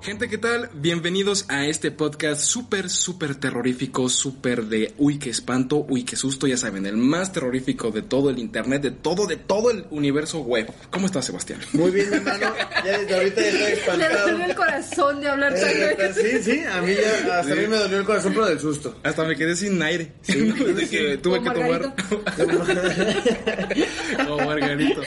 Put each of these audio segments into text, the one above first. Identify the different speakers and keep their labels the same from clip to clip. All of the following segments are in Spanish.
Speaker 1: Gente, ¿qué tal? Bienvenidos a este podcast súper, súper terrorífico, súper de uy, qué espanto, uy, qué susto, ya saben, el más terrorífico de todo el internet, de todo, de todo el universo web. ¿Cómo estás, Sebastián?
Speaker 2: Muy bien, hermano. Ya desde ahorita ya estoy
Speaker 3: Le
Speaker 2: espantado.
Speaker 3: dolió el corazón de hablar
Speaker 2: Eh,
Speaker 3: tan
Speaker 2: hasta- Sí, sí, a mí ya, hasta a mí me dolió el corazón, pero del susto.
Speaker 1: Hasta me quedé sin aire. De que tuve que
Speaker 3: Como
Speaker 1: tomar.
Speaker 2: Pues
Speaker 1: Como Margarito.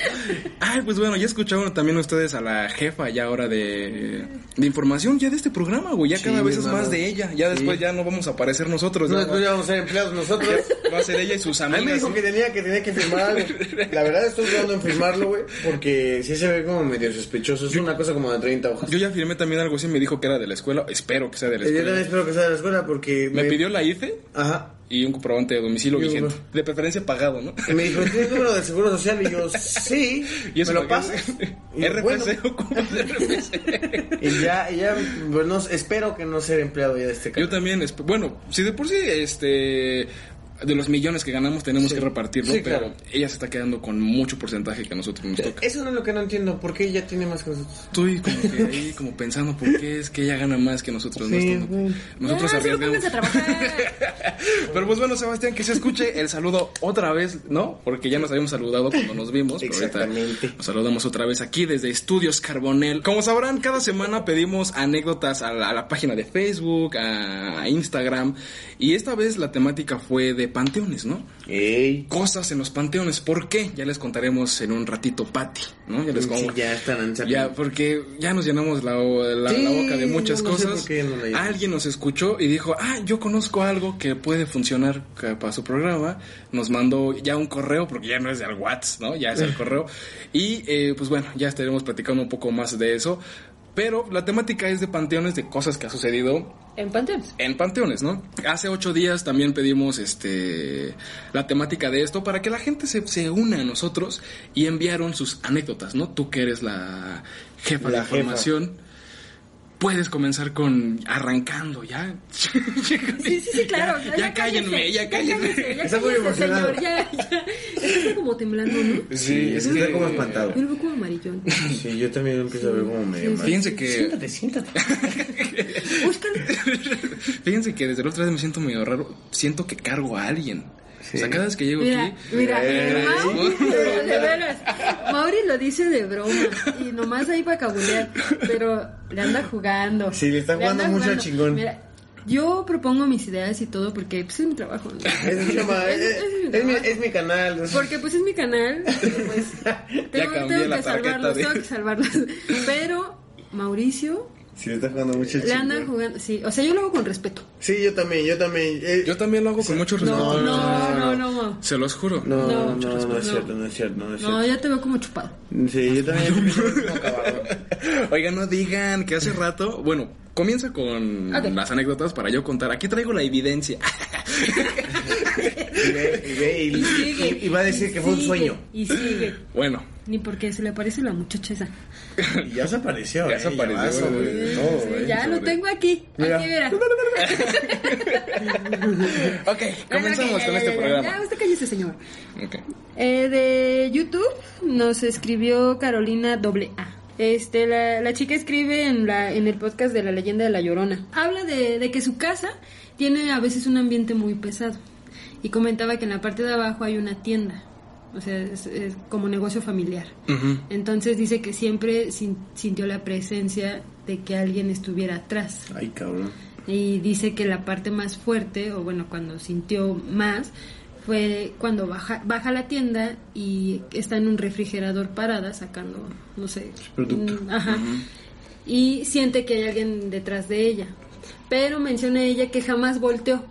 Speaker 1: Ay, pues bueno, ya escucharon también ustedes a la jefa ya ahora de, de información ya de este programa, güey. Ya
Speaker 2: Sí,
Speaker 1: cada vez es
Speaker 2: hermano.
Speaker 1: más de ella. Ya
Speaker 2: Sí.
Speaker 1: después ya no vamos a aparecer nosotros.
Speaker 2: No,
Speaker 1: ya
Speaker 2: después
Speaker 1: va-
Speaker 2: ya vamos a ser empleados nosotros.
Speaker 1: Va a ser ella y sus
Speaker 2: A mí me
Speaker 1: amigas.
Speaker 2: dijo que tenía que tenía que firmar algo. La verdad estoy dudando en firmarlo, güey, porque sí se ve como medio sospechoso. Es una cosa como de 30 hojas.
Speaker 1: Yo ya firmé también algo así, me dijo que era de la escuela. Espero que sea de la
Speaker 2: Eh, Yo también
Speaker 1: escuela.
Speaker 2: espero que sea de la escuela porque
Speaker 1: Me pidió la IFE
Speaker 2: Ajá.
Speaker 1: y un comprobante de domicilio
Speaker 2: Y
Speaker 1: vigente.
Speaker 2: uno.
Speaker 1: De preferencia pagado, ¿no?
Speaker 2: Y Me dijo, ¿tienes número del seguro social? Y yo, sí.
Speaker 1: Y eso
Speaker 2: ¿Me lo
Speaker 1: para qué?
Speaker 2: pasas? Y yo, bueno.
Speaker 1: RPC, ocupas RPC.
Speaker 2: Y ya, y ya, bueno, espero que no ser empleado ya de este
Speaker 1: Yo
Speaker 2: canal.
Speaker 1: también, esp- bueno, si de por sí, este, de los millones que ganamos tenemos que repartirlo,
Speaker 2: Sí,
Speaker 1: pero
Speaker 2: claro. Eh,
Speaker 1: ella se está quedando con mucho porcentaje que a nosotros nos toca.
Speaker 2: Eso no es lo que no entiendo, ¿por qué ella tiene más que nosotros?
Speaker 1: Estoy como que ahí, como pensando por qué es que ella gana más que nosotros. ¿no?
Speaker 2: Sí,
Speaker 1: Estando-
Speaker 2: güey.
Speaker 1: Nosotros
Speaker 3: ya, Ah, solo
Speaker 1: arriesgamos.
Speaker 3: pónganse a trabajar.
Speaker 1: Pero pues bueno, Sebastián, que se escuche el saludo otra vez, ¿no? Porque ya nos habíamos saludado cuando nos vimos. pero ahorita
Speaker 2: Exactamente.
Speaker 1: Nos saludamos otra vez aquí desde Estudios Carbonel. Como sabrán, cada semana pedimos anécdotas a la, a la página de Facebook, a Instagram. Y esta vez la temática fue de panteones, ¿no?
Speaker 2: Ey.
Speaker 1: Cosas en los panteones. ¿Por qué? Ya les contaremos en un ratito, Pati, ¿no? Ya les
Speaker 2: Sí,
Speaker 1: con-
Speaker 2: pues ya están en
Speaker 1: ya, porque ya nos llenamos la, la-
Speaker 2: Sí,
Speaker 1: la boca de muchas
Speaker 2: no sé
Speaker 1: cosas.
Speaker 2: por qué no la llenamos.
Speaker 1: Alguien nos escuchó y dijo, ah, yo conozco algo que puede funcionar ca- para su programa. Nos mandó ya un correo, porque ya no es al WhatsApp, ¿no? Ya es el correo. Y eh, pues bueno, ya estaremos platicando un poco más de eso. Pero la temática es de panteones, de cosas que ha sucedido
Speaker 3: En Panteones.
Speaker 1: en panteones, ¿no? Hace ocho días también pedimos este la temática de esto para que la gente se, se una a nosotros y enviaron sus anécdotas, ¿no? Tú que eres la jefa de
Speaker 2: La jefa.
Speaker 1: información. Puedes comenzar con arrancando ya.
Speaker 3: Sí, sí, sí, claro.
Speaker 1: Ya, ya cállenme, ya cállenme.
Speaker 3: ya
Speaker 2: Está muy
Speaker 3: cállese,
Speaker 2: emocionado.
Speaker 3: señor, ya, ya. Es que está como temblando, ¿no?
Speaker 1: Sí,
Speaker 2: pues, es que está como espantado.
Speaker 3: Yo lo veo como amarillón.
Speaker 2: Sí, yo también lo empiezo a ver como medio mal.
Speaker 1: Fíjense que
Speaker 2: siéntate.
Speaker 3: Búscalo.
Speaker 1: fíjense que desde la otra vez me siento medio raro, siento que cargo a alguien. O sea, cada vez que llego
Speaker 3: Mira,
Speaker 1: aquí
Speaker 3: mira,
Speaker 1: Eh,
Speaker 3: Mau,
Speaker 1: ¿sí?
Speaker 3: de veras, Mauri lo dice de broma y nomás ahí para cabulear, pero le anda jugando.
Speaker 2: Sí, le está jugando
Speaker 3: anda
Speaker 2: mucho al chingón.
Speaker 3: Mira, yo propongo mis ideas y todo porque pues, es mi trabajo. ¿no?
Speaker 2: Es mi chama, es,
Speaker 3: Es- es mi
Speaker 2: es mi,
Speaker 3: trabajo.
Speaker 2: es mi canal. es-
Speaker 3: Porque pues es mi canal, pues tengo,
Speaker 1: cambié
Speaker 3: tengo
Speaker 1: la
Speaker 3: que
Speaker 1: tarjeta
Speaker 3: salvarlos,
Speaker 1: de-
Speaker 3: tengo que salvarlos. Pero Mauricio
Speaker 2: Sí, le está jugando mucho el
Speaker 3: le anda
Speaker 2: chingón.
Speaker 3: jugando, sí, o sea, yo lo hago con respeto.
Speaker 2: Sí, yo también, yo también. eh,
Speaker 1: yo también lo hago con mucho respeto.
Speaker 2: No,
Speaker 3: No, no,
Speaker 2: no,
Speaker 3: no, no, Mau.
Speaker 1: Se los juro.
Speaker 2: No,
Speaker 3: No,
Speaker 2: no,
Speaker 3: mucho
Speaker 2: no,
Speaker 3: respeto,
Speaker 2: es
Speaker 3: no.
Speaker 2: cierto, no es cierto, no es
Speaker 3: No,
Speaker 2: cierto.
Speaker 3: ya te veo como chupado.
Speaker 2: Sí, yo también. como acabado.
Speaker 1: Oigan, no digan que hace rato, bueno, comienza con
Speaker 3: Ok.
Speaker 1: las anécdotas para yo contar. Aquí traigo la evidencia.
Speaker 2: Y ve, y ve, y,
Speaker 3: Y sigue.
Speaker 2: y- y va a decir
Speaker 3: y
Speaker 2: que fue un
Speaker 3: sigue,
Speaker 2: sueño.
Speaker 3: Y sigue.
Speaker 1: bueno,
Speaker 3: Ni porque se le aparece la muchacha esa.
Speaker 2: Y ya se apareció,
Speaker 1: Ya se
Speaker 2: eh,
Speaker 1: apareció, güey.
Speaker 2: vas, güey,
Speaker 1: No,
Speaker 3: Sí,
Speaker 1: güey,
Speaker 3: ya
Speaker 1: sobre-
Speaker 3: lo tengo aquí.
Speaker 2: Mira.
Speaker 3: Aquí, mira.
Speaker 1: ok, comenzamos
Speaker 3: Ya,
Speaker 1: con
Speaker 3: ya,
Speaker 1: este
Speaker 3: ya, Ya,
Speaker 1: programa.
Speaker 3: usted cállese, señor.
Speaker 1: Ok.
Speaker 3: Eh, de YouTube nos escribió Carolina doble A. Este, la, la chica escribe en, la, en el podcast de La leyenda de la Llorona. Habla de, de que su casa tiene a veces un ambiente muy pesado. Y comentaba que en la parte de abajo hay una tienda. O sea, es- es como negocio familiar.
Speaker 1: Ujú.
Speaker 3: Entonces dice que siempre sin- sintió la presencia de que alguien estuviera atrás.
Speaker 2: Ay, cabrón.
Speaker 3: Y dice que la parte más fuerte, o bueno, cuando sintió más, fue cuando baja, baja a la tienda y está en un refrigerador parada sacando, no sé,
Speaker 2: producto.
Speaker 3: un- ajá. Y siente que hay alguien detrás de ella. Pero menciona ella que jamás volteó,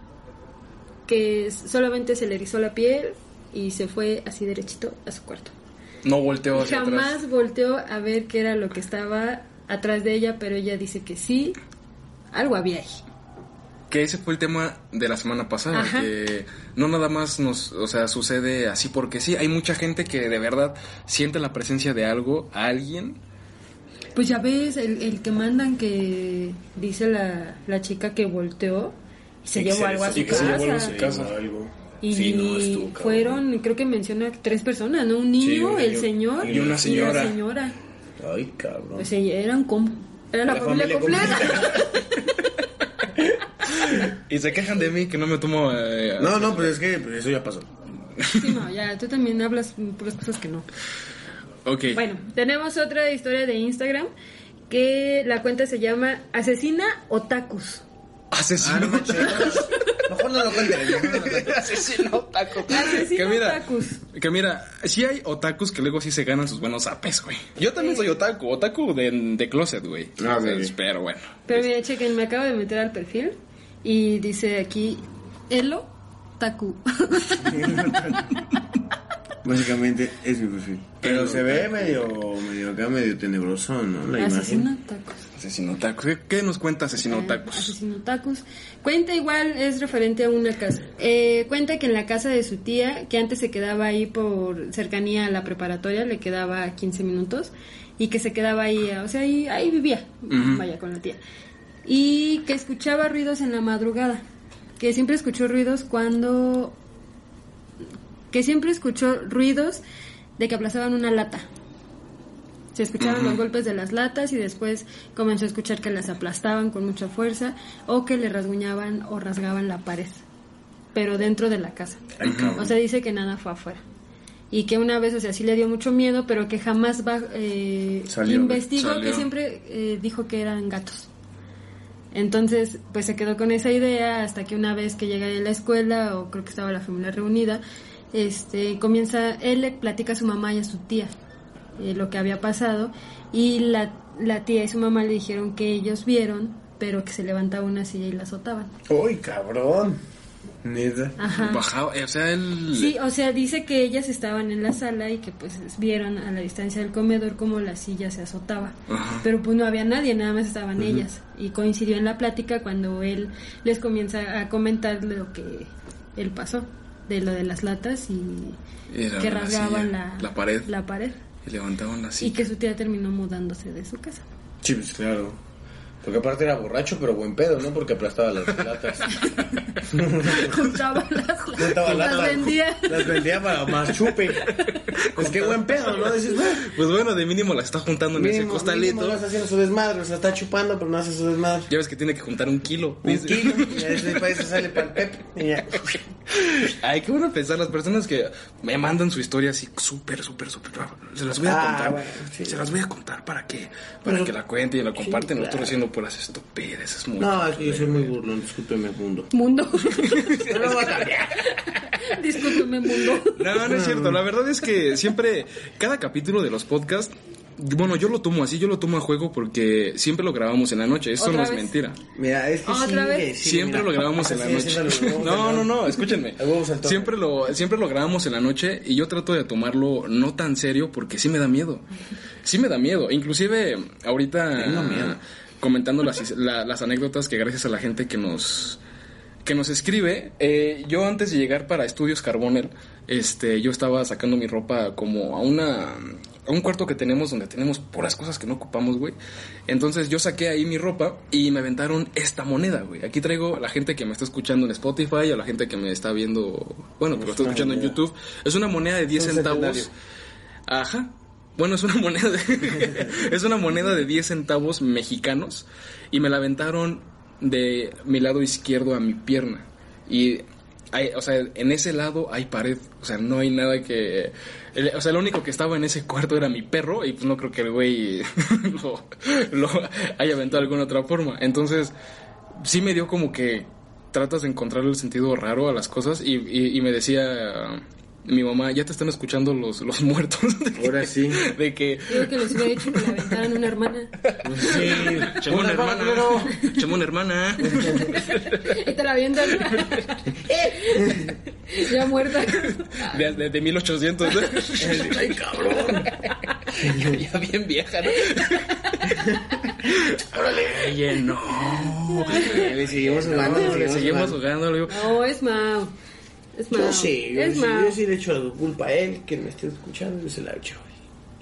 Speaker 3: que s- solamente se le erizó la piel y se fue así derechito a su cuarto.
Speaker 1: No volteo hacia
Speaker 3: Jamás
Speaker 1: atrás.
Speaker 3: volteó a ver qué era lo que estaba atrás de ella, pero ella dice que sí, algo había ahí.
Speaker 1: Que ese fue el tema de la semana pasada.
Speaker 3: Ajá.
Speaker 1: Que no nada más nos, o sea, sucede así porque sí. Hay mucha gente que de verdad siente la presencia de algo, alguien.
Speaker 3: Pues ya ves, el, el que mandan que dice la, la chica que volteó y se llevó algo a su
Speaker 1: y que se llevó algo a
Speaker 3: casa.
Speaker 1: su casa.
Speaker 2: Algo.
Speaker 3: Y
Speaker 2: Sí, no, estuvo cabrón.
Speaker 3: fueron, creo que menciona tres personas, ¿no? Un niño,
Speaker 2: Sí, un
Speaker 3: el
Speaker 2: niño.
Speaker 3: señor
Speaker 1: Y una
Speaker 3: la
Speaker 1: señora.
Speaker 3: señora. Pues
Speaker 2: Ay, cabrón.
Speaker 3: O sea, eran como. Era la, familia, completa.
Speaker 1: Y se quejan de mí que no me tomo. eh,
Speaker 2: No, no, pero es que pues, eso ya pasó.
Speaker 3: sí, no, ya, tú también hablas mm, puras cosas que no.
Speaker 1: Ok.
Speaker 3: Bueno, tenemos otra historia de Instagram que la cuenta se llama Asesina Otakus.
Speaker 1: Asesino.
Speaker 2: Ah, no manches. Mejor no lo cuentes. mejor no lo cuentes.
Speaker 1: Asesino otaku.
Speaker 3: Asesino otakus.
Speaker 1: Que mira, sí hay otakus que luego sí se ganan sus buenos apes, güey. Yo también soy otaku, otaku de, de closet, güey.
Speaker 2: Ah, ok.
Speaker 1: Entonces, Pero bueno.
Speaker 3: Pero mira, chequen, me acabo de meter al perfil y dice aquí Elo Taku.
Speaker 2: Básicamente es mi perfil. Pero se ve medio, medio acá, medio tenebroso, ¿no? La
Speaker 3: Asesino
Speaker 2: imagen.
Speaker 3: Otakus.
Speaker 1: Asesino otaku. ¿Qué, qué nos cuenta asesino otakus?
Speaker 3: Ah, Asesino Otakus. Cuenta igual, es referente a una casa. Eh, cuenta que en la casa de su tía, que antes se quedaba ahí por cercanía a la preparatoria, le quedaba 15 minutos, y que se quedaba ahí, o sea, ahí, ahí vivía, vaya con la tía. Y que escuchaba ruidos en la madrugada, que siempre escuchó ruidos cuando... que siempre escuchó ruidos de que aplazaban una lata. Se escuchaban los golpes de las latas y después comenzó a escuchar que las aplastaban con mucha fuerza o que le rasguñaban o rasgaban la pared, pero dentro de la casa.
Speaker 2: Ay, cabrón.
Speaker 3: O sea, dice que nada fue afuera. Y que una vez, o sea, sí le dio mucho miedo, pero que jamás va, eh,
Speaker 2: Salió,
Speaker 3: investigó,
Speaker 1: salió.
Speaker 3: que siempre eh, dijo que eran gatos. Entonces, pues se quedó con esa idea hasta que una vez que llega de la escuela, o creo que estaba la familia reunida, este, comienza, él le platica a su mamá y a su tía eh, lo que había pasado, y la, la tía y su mamá le dijeron que ellos vieron, pero que se levantaba una silla y la azotaban.
Speaker 2: ¡Uy, cabrón! Neta.
Speaker 3: Ajá.
Speaker 1: Bajado, eh, o sea, él.
Speaker 3: Sí, o sea, dice que ellas estaban en la sala y que pues vieron a la distancia del comedor como la silla se azotaba.
Speaker 1: Ajá.
Speaker 3: Pero pues no había nadie, nada más estaban ellas. Y coincidió en la plática cuando él les comienza a comentar lo que él pasó, de lo de las latas y
Speaker 1: Y la-
Speaker 3: que
Speaker 1: la
Speaker 3: rasgaban
Speaker 1: silla,
Speaker 3: la,
Speaker 1: la pared.
Speaker 3: la pared.
Speaker 1: Y levantaban la
Speaker 3: Y
Speaker 1: silla.
Speaker 3: que su tía terminó mudándose de su casa.
Speaker 2: Sí, pues claro. Porque aparte era borracho, pero buen pedo, ¿no? Porque aplastaba las latas.
Speaker 3: Juntaba las,
Speaker 2: Juntaba
Speaker 3: las
Speaker 2: latas.
Speaker 3: vendía.
Speaker 2: Las vendía para más chupe. Pues qué buen pedo, ¿no? Dices, bueno,
Speaker 1: Pues bueno, de mínimo la está juntando en ese
Speaker 2: mínimo, mínimo
Speaker 1: costalito.
Speaker 2: no está haciendo su desmadre, se la está chupando, pero no hace su desmadre.
Speaker 1: Ya ves que tiene que juntar un kilo.
Speaker 2: Un
Speaker 1: dice.
Speaker 2: kilo, y a ese país se sale para el pep. y ya.
Speaker 1: Ay, qué bueno pensar. Las personas que me mandan su historia así súper, súper, súper. Se las voy a
Speaker 2: Ah,
Speaker 1: contar.
Speaker 2: bueno, sí.
Speaker 1: Se las voy a contar para que, para que la cuenten y la comparten. Nosotros haciendo puras estupideces. Es muy
Speaker 2: No, es que yo soy muy burlón, discúlpeme, mundo.
Speaker 3: Mundo.
Speaker 2: No lo voy a cambiar.
Speaker 3: Discúlpeme, mundo.
Speaker 1: No, no es cierto. La verdad es que siempre, cada capítulo de los podcasts, bueno, yo lo tomo así, yo lo tomo a juego porque siempre lo grabamos en la noche. Eso
Speaker 3: ¿Otra
Speaker 1: no es
Speaker 3: vez?
Speaker 1: mentira.
Speaker 2: Mira, es que
Speaker 3: ¿Otra
Speaker 2: sí,
Speaker 3: vez?
Speaker 2: que sí,
Speaker 1: siempre
Speaker 2: mira.
Speaker 1: lo grabamos en la
Speaker 2: Así es,
Speaker 1: noche.
Speaker 2: siempre lo
Speaker 1: No,
Speaker 2: grabamos en la
Speaker 1: no, no,
Speaker 2: noche.
Speaker 1: escúchenme.
Speaker 2: Ahí vamos al toque.
Speaker 1: Siempre lo, siempre lo grabamos en la noche y yo trato de tomarlo no tan serio porque sí me da miedo. Sí me da miedo. Inclusive ahorita
Speaker 2: Tengo miedo.
Speaker 1: comentando las, la- las anécdotas que gracias a la gente que nos que nos escribe, eh, yo antes de llegar para Estudios Carbonel, este, yo estaba sacando mi ropa como a una a un cuarto que tenemos donde tenemos puras cosas que no ocupamos, güey. Entonces yo saqué ahí mi ropa y me aventaron esta moneda, güey. Aquí traigo a la gente que me está escuchando en Spotify, a la gente que me está viendo, bueno, que lo está
Speaker 2: una
Speaker 1: escuchando en
Speaker 2: moneda.
Speaker 1: YouTube. Es una moneda de 10
Speaker 2: Es un
Speaker 1: centavos.
Speaker 2: centenario.
Speaker 1: Ajá. Bueno, es una moneda de, es una moneda de 10 centavos mexicanos y me la aventaron de mi lado izquierdo a mi pierna. Y hay- o sea, en ese lado hay pared, o sea, no hay nada que el- o sea, lo único que estaba en ese cuarto era mi perro y pues no creo que el güey lo, lo haya aventado de alguna otra forma. Entonces, sí me dio como que tratas de encontrar el sentido raro a las cosas y, y- y me decía mi mamá, ya te están escuchando los, los muertos. De que-
Speaker 2: Ahora sí.
Speaker 1: De que...
Speaker 3: Digo que les hubiera hecho que la aventaran una hermana.
Speaker 2: Sí.
Speaker 1: Chamo una hermana.
Speaker 2: pero-
Speaker 1: Chamo una hermana.
Speaker 3: Y te la avientan. Eh. ya muerta.
Speaker 1: De, de, de 1800. ¿no? Ay, cabrón. ya, ya bien vieja, ¿no? Órale, oye, no.
Speaker 2: Le seguimos jugando.
Speaker 1: No, le seguimos jugando. le digo,
Speaker 3: No, es Mao. Es Mao.
Speaker 2: Yo sí, yo
Speaker 3: es
Speaker 2: sí,
Speaker 3: Mao.
Speaker 2: yo sí le echo la culpa a él que me esté escuchando y se la echo.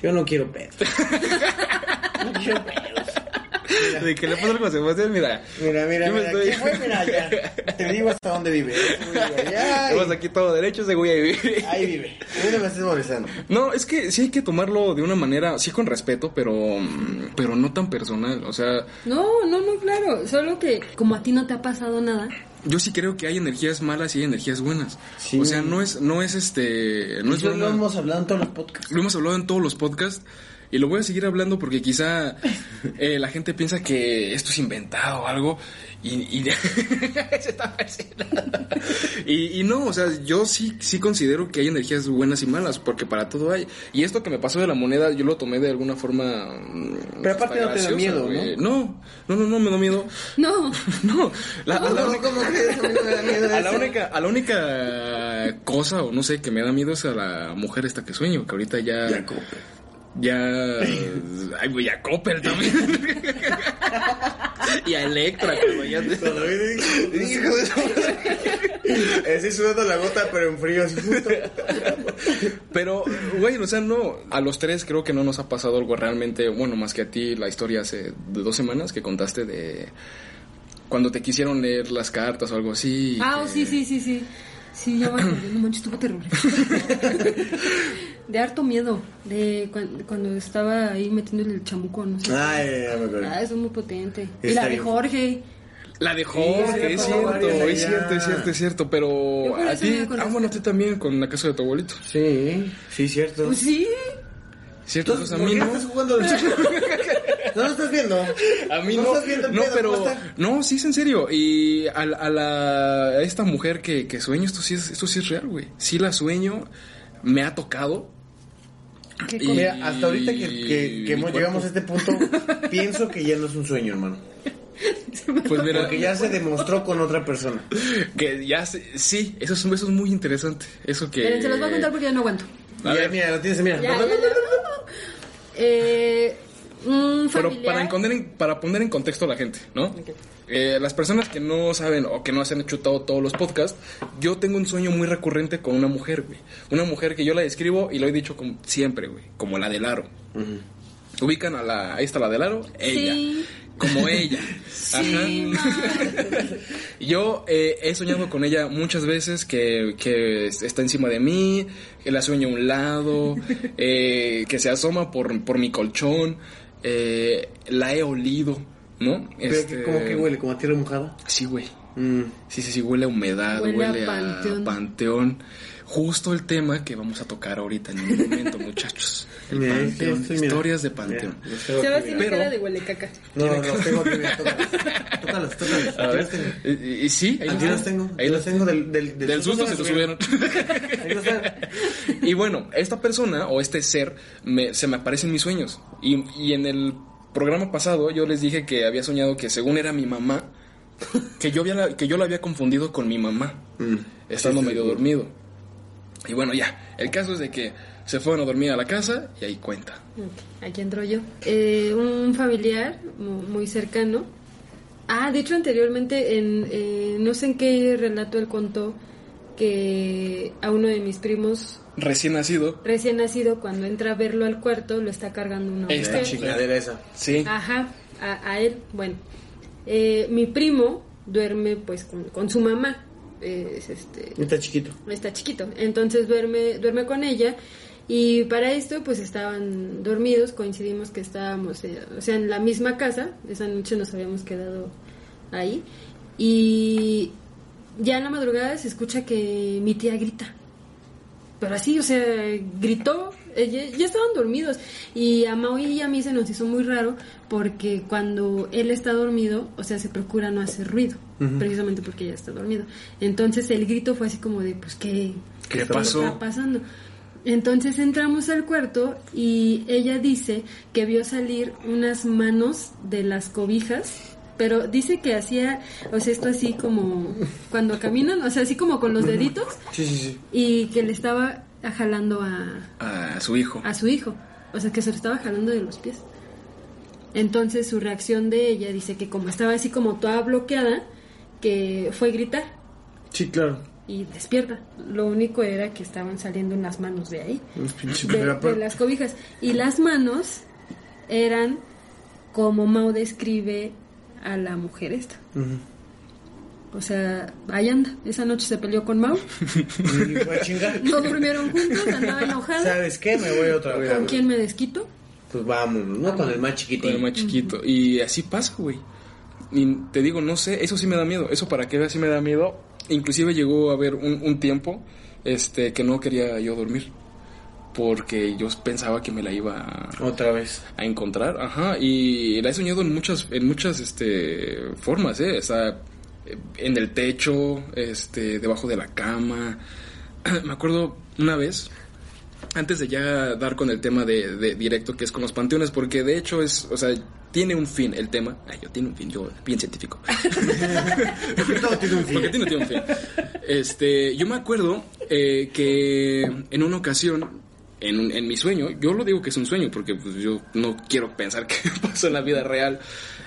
Speaker 2: Yo no quiero pedos. No quiero pedos.
Speaker 1: de que le pasa algo a Sebastián, mira.
Speaker 2: Mira, mira,
Speaker 1: Yo me
Speaker 2: mira.
Speaker 1: estoy-
Speaker 2: ¿Quién fue? Mira, ya. Te digo hasta dónde vive. Güey, allá,
Speaker 1: Estamos aquí todo derecho, ese güey ahí vive.
Speaker 2: Ahí vive. A mí no me estés molestando.
Speaker 1: No, es que sí hay que tomarlo de una manera, sí con respeto, pero, mm, pero no tan personal. O sea,
Speaker 3: No, no, no, claro. Solo que como a ti no te ha pasado nada.
Speaker 1: yo sí creo que hay energías malas y hay energías buenas.
Speaker 2: Sí.
Speaker 1: O sea, no es, no es este, no es
Speaker 2: Eso lo
Speaker 1: broma.
Speaker 2: hemos hablado en todos los podcasts.
Speaker 1: Lo hemos hablado en todos los podcasts y lo voy a seguir hablando porque quizá eh, la gente piensa que esto es inventado o algo y, y, Se está fascinando. y, y no, o sea, yo sí, sí considero que hay energías buenas y malas porque para todo hay. Y esto que me pasó de la moneda yo lo tomé de alguna forma... mm,
Speaker 2: Pero aparte
Speaker 1: hasta
Speaker 2: no te da miedo,
Speaker 1: güey. No, no, no, no me da miedo.
Speaker 3: No.
Speaker 1: No, la, la- la
Speaker 2: No,
Speaker 1: única-
Speaker 2: ¿cómo crees? A mí no me da miedo
Speaker 1: a la
Speaker 2: eso.
Speaker 1: única, a la única cosa o no sé que me da miedo es a la mujer esta que sueño, que ahorita ya
Speaker 2: Ya, como-
Speaker 1: ya. Ay, güey, a Coppel también. y a Electra, cuando ya.
Speaker 2: Hijo de su madre. Así sudando la gota, pero en frío, así justo.
Speaker 1: Pero, güey, o sea, no. A los tres creo que no nos ha pasado algo realmente. Bueno, más que a ti, la historia hace de dos semanas que contaste de. Cuando te quisieron leer las cartas o algo así. y
Speaker 3: Ah, oh,
Speaker 1: que-
Speaker 3: sí, sí, sí, sí. Sí, ya me acordé, no manches, estuvo terrible. De harto miedo, de cuan- cuando estaba ahí metiendo el chambuco, no sé.
Speaker 2: Ay, ya me acuerdo.
Speaker 3: Ah, eso es muy potente.
Speaker 2: Ah.
Speaker 3: Y
Speaker 2: Está
Speaker 3: la de
Speaker 2: bien.
Speaker 3: Jorge.
Speaker 1: La de
Speaker 2: Sí,
Speaker 1: Jorge,
Speaker 2: sí,
Speaker 1: es
Speaker 2: sí,
Speaker 1: cierto,
Speaker 2: varias
Speaker 1: es
Speaker 2: allá.
Speaker 1: cierto, es cierto, es cierto,
Speaker 3: Yo
Speaker 1: pero
Speaker 3: por
Speaker 1: a
Speaker 3: eso
Speaker 1: ti,
Speaker 3: no conozco.
Speaker 1: ah, bueno, a ti también con la casa de tu abuelito,
Speaker 2: Sí, sí, cierto.
Speaker 3: Pues sí.
Speaker 1: ¿cierto? Entonces,
Speaker 2: Entonces,
Speaker 1: a mí
Speaker 2: ¿por qué
Speaker 1: no,
Speaker 2: estás jugando? no lo estás viendo.
Speaker 1: a mí
Speaker 2: ¿No
Speaker 1: no,
Speaker 2: estás viendo el
Speaker 1: no,
Speaker 2: pedo,
Speaker 1: pero,
Speaker 2: cómo está?
Speaker 1: no, sí es en serio, y a, la- a la, a esta mujer que, que sueño, esto sí es, esto sí es real, güey, sí la sueño, me ha tocado,
Speaker 3: Qué
Speaker 1: Y-
Speaker 3: cosa.
Speaker 2: Mira, hasta ahorita que, que, que
Speaker 1: mi
Speaker 2: hemos- llegamos a este punto, pienso que ya no es un sueño, hermano.
Speaker 1: pues mira,
Speaker 2: Porque ya se demostró con otra persona.
Speaker 1: que ya, se- sí, eso es, eso es muy interesante, eso que...
Speaker 3: Miren, se los voy a contar porque yo no aguanto.
Speaker 1: A
Speaker 2: Ya,
Speaker 1: ver.
Speaker 2: mira, lo tienes, mira.
Speaker 3: Ya, ya, ya. Eh, un
Speaker 1: Pero
Speaker 3: familiar.
Speaker 1: para, encontrar en- para poner en contexto a la gente, ¿no? Eh, las personas que no saben o que no se han chutado todos los podcasts, yo tengo un sueño muy recurrente con una mujer, güey. Una mujer que yo la describo y lo he dicho como- siempre, güey. Como la del aro. Ubican a la. Ahí está la del aro, ella.
Speaker 3: Sí.
Speaker 1: Como ella.
Speaker 3: Sí, ma.
Speaker 1: Yo eh, he soñado con ella muchas veces que, que está encima de mí, que la sueño a un lado, eh, que se asoma por, por mi colchón, eh, la he olido, ¿no?
Speaker 2: Pero que-
Speaker 1: Este,
Speaker 2: ¿cómo que huele? ¿Como a tierra mojada?
Speaker 1: Sí, güey.
Speaker 2: Mm.
Speaker 1: Sí, sí, sí, huele a humedad,
Speaker 3: Huele
Speaker 1: huele,
Speaker 3: a
Speaker 1: a,
Speaker 3: panteón.
Speaker 1: panteón. Justo el tema que vamos a tocar ahorita en un momento, muchachos. El
Speaker 2: Mira, sí,
Speaker 1: panteón,
Speaker 2: estoy, mira.
Speaker 1: historias de
Speaker 2: Mira,
Speaker 1: panteón.
Speaker 2: los tengo aquí,
Speaker 3: Sebastián
Speaker 2: mira.
Speaker 1: Pero-
Speaker 3: cara de huele caca.
Speaker 2: No, no, los tengo aquí, mira, tócalos. Tócalos, tócalos.
Speaker 1: A
Speaker 2: Aquí
Speaker 1: ver,
Speaker 2: los tengo.
Speaker 1: y- y- y sí, ahí
Speaker 2: Aquí los tengo.
Speaker 1: Ahí los
Speaker 2: tengo del, del,
Speaker 1: Del susto se te subieron.
Speaker 2: Ahí los tengo.
Speaker 1: Y bueno, esta persona o este ser me- se me aparece en mis sueños. Y, y en el programa pasado yo les dije que había soñado que según era mi mamá, que yo, había la- que yo la había confundido con mi mamá,
Speaker 2: Mm.
Speaker 1: estando medio dormido. Y bueno, ya, el caso es de que se fueron a dormir a la casa y ahí cuenta.
Speaker 3: Ok, Aquí entro yo. Eh, un familiar mu- muy cercano. Ah, de hecho anteriormente, en, eh, no sé en qué relato él contó que a uno de mis primos
Speaker 1: Recién nacido,
Speaker 3: recién nacido, cuando entra a verlo al cuarto, lo está cargando una
Speaker 1: Esta
Speaker 3: mujer.
Speaker 1: chica.
Speaker 2: Chingadera esa.
Speaker 1: sí.
Speaker 3: Ajá, a, a él. Bueno, Eh, mi primo duerme pues con, con su mamá. Eh, es este,
Speaker 2: Está chiquito.
Speaker 3: está chiquito. Entonces duerme, duerme con ella. Y para esto, pues estaban dormidos, coincidimos que estábamos, eh, o sea, en la misma casa. Esa noche nos habíamos quedado ahí. Y ya en la madrugada se escucha que mi tía grita. Pero así, o sea, gritó. eh, Ya, ya estaban dormidos. Y a Maui y a mí se nos hizo muy raro porque cuando él está dormido, o sea, se procura no hacer ruido. Precisamente porque ya está dormido. Entonces el grito fue así como de, pues, ¿qué,
Speaker 1: ¿Qué
Speaker 3: está-
Speaker 1: pasó?
Speaker 3: está pasando? Entonces entramos al cuarto y ella dice que vio salir unas manos de las cobijas. Pero dice que hacía, o sea, esto así como cuando caminan, o sea, así como con los deditos
Speaker 2: Sí, sí, sí.
Speaker 3: y que le estaba jalando a,
Speaker 1: A su hijo.
Speaker 3: a su hijo. O sea, que se lo estaba jalando de los pies. Entonces su reacción de ella dice que como estaba así como toda bloqueada, que fue gritar
Speaker 2: Sí, claro.
Speaker 3: y despierta. Lo único era que estaban saliendo unas manos de ahí,
Speaker 2: Los pinches-
Speaker 3: de,
Speaker 2: Pero,
Speaker 3: de las cobijas. Y las manos eran como Mao describe a la mujer esta. O sea, ahí anda. Esa noche se peleó con Mao.
Speaker 2: Y fue a chingar.
Speaker 3: No durmieron juntos, andaba enojada.
Speaker 2: ¿Sabes qué? Me voy otra vez.
Speaker 3: ¿Con quién me desquito?
Speaker 2: Pues vamos, ¿no? Con el
Speaker 1: con
Speaker 2: más
Speaker 1: el
Speaker 2: chiquitín.
Speaker 1: más chiquito. Y así pasa, güey. Y te digo, no sé, eso sí me da miedo. Eso para que veas sí me da miedo. Inclusive llegó a haber un, un tiempo este, que no quería yo dormir. Porque yo pensaba que me la iba a,
Speaker 2: Otra vez.
Speaker 1: a encontrar. Ajá. Y la he soñado en muchas, en muchas este, formas, ¿eh? O sea, en el techo, este, debajo de la cama. Me acuerdo una vez antes de ya dar con el tema de, de directo que es con los panteones, porque de hecho es, o sea, tiene un fin el tema. Ay, yo tiene un fin, yo bien científico.
Speaker 2: Todo tiene un fin.
Speaker 1: Porque tiene, tiene un fin. Este, yo me acuerdo eh, que en una ocasión, en, un- en mi sueño, yo lo digo que es un sueño porque pues, yo no quiero pensar que pasó en la vida real.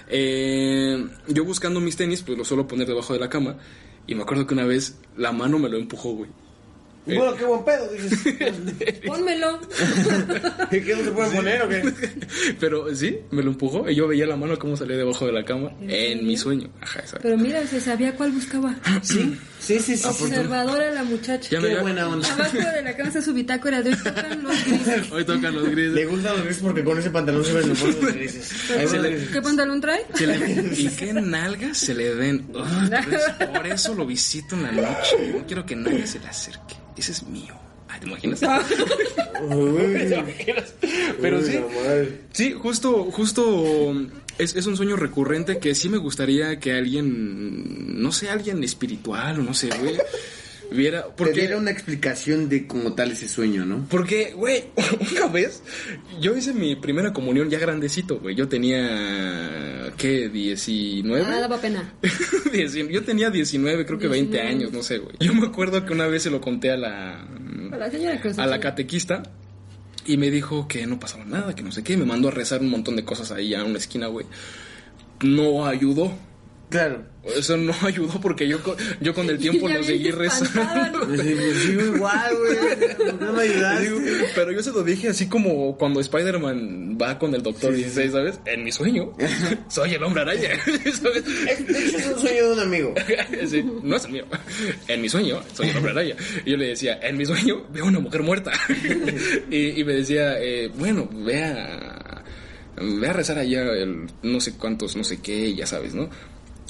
Speaker 1: Eh, yo buscando mis tenis, pues lo suelo poner debajo de la cama. Y me acuerdo que una vez la mano me lo empujó, güey.
Speaker 2: Y Bueno, qué buen pedo, dices.
Speaker 3: Pónmelo.
Speaker 2: ¿Y qué no se puede poner o qué?
Speaker 1: Pero sí, me lo empujó y yo veía la mano como salía debajo de la cama
Speaker 3: ¿En
Speaker 1: en mi sueño. Ajá, exacto.
Speaker 3: Pero mira, se sabía cuál buscaba.
Speaker 2: Sí, sí, sí, sí. sí.
Speaker 3: Observadora la muchacha.
Speaker 1: Ya me-
Speaker 2: Qué buena onda.
Speaker 3: Abajo de la casa su bitácora de hoy tocan los grises.
Speaker 1: Hoy tocan los
Speaker 2: Le
Speaker 1: grises.
Speaker 2: gusta los grises porque con ese pantalón se ven los ponen los grises.
Speaker 1: Se
Speaker 2: Ahí van
Speaker 1: le-
Speaker 2: los grises.
Speaker 3: ¿Qué pantalón trae?
Speaker 1: Se le- ¿Y qué nalgas se le den? Ah, por eso- por eso lo visito en la noche. No quiero que nadie se le acerque. Ese es mío. Ay, ¿te imaginas?
Speaker 2: Uy,
Speaker 1: Ah, Pero
Speaker 2: uy,
Speaker 1: sí,
Speaker 2: la madre.
Speaker 1: sí, justo, justo es, es un sueño recurrente que sí me gustaría que alguien, no sé, alguien espiritual o no sé, güey, viera.
Speaker 2: Te
Speaker 1: Porque
Speaker 2: diera una explicación de como tal ese sueño, ¿no?
Speaker 1: Porque, güey, una vez yo hice mi primera comunión ya grandecito, güey. Yo tenía, ¿qué? 19.
Speaker 3: Nada va pena.
Speaker 1: Diecin- yo tenía 19, creo que 20
Speaker 3: 19.
Speaker 1: años, no sé, güey. Yo me acuerdo que una vez se lo conté a la,
Speaker 3: A la señora que nos
Speaker 1: a la
Speaker 3: enseñó.
Speaker 1: catequista y me dijo que no pasaba nada, que no sé qué. Me mandó a rezar un montón de cosas ahí a una esquina, güey. No ayudó.
Speaker 2: Claro.
Speaker 1: Eso no ayudó porque yo con, yo con el tiempo
Speaker 3: Ya
Speaker 1: lo
Speaker 3: bien
Speaker 1: seguí
Speaker 3: espantada,
Speaker 1: rezando.
Speaker 3: ¿no?
Speaker 2: Pues sí, pues sí, igual, güey. No me ayudaste.
Speaker 1: Digo, pero yo se lo dije así como cuando Spider-Man va con el Doctor 16, ¿sabes? En mi sueño, soy el hombre araña, ¿sabes?
Speaker 2: De hecho, es un sueño de un amigo.
Speaker 1: Sí, no es el mío. En mi sueño, soy el hombre araña. Y yo le decía, en mi sueño veo una mujer muerta. y, y me decía, eh, bueno, vea, ve a rezar allá el no sé cuántos, no sé qué, ya sabes, ¿no?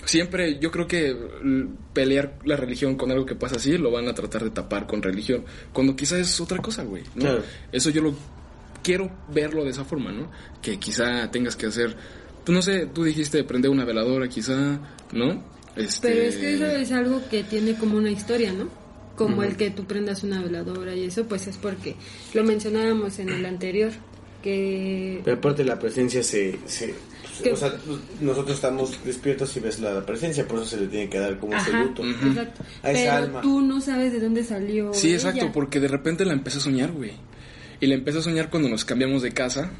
Speaker 1: Siempre yo creo que l- pelear la religión con algo que pasa así lo van a tratar de tapar con religión, cuando quizás es otra cosa, güey. ¿no?
Speaker 2: Claro.
Speaker 1: Eso yo lo quiero verlo de esa forma, ¿no? Que quizá tengas que hacer, tú no sé, tú dijiste prender una veladora, quizá, ¿no? Este,
Speaker 3: Pero es que eso es algo que tiene como una historia, ¿no? Como el que tú prendas una veladora y eso, pues es porque lo mencionábamos en el anterior, que...
Speaker 2: Pero aparte la presencia se... se
Speaker 3: ¿Qué?
Speaker 2: o sea, pues, nosotros estamos despiertos y ves la presencia, por eso se le tiene que dar como ese
Speaker 3: Ajá,
Speaker 2: luto.
Speaker 3: exacto.
Speaker 2: A esa
Speaker 3: Pero
Speaker 2: alma.
Speaker 3: tú no sabes de dónde salió
Speaker 1: Sí, exacto,
Speaker 3: ella.
Speaker 1: porque de repente la empecé a soñar, güey. Y la empecé a soñar cuando nos cambiamos de casa.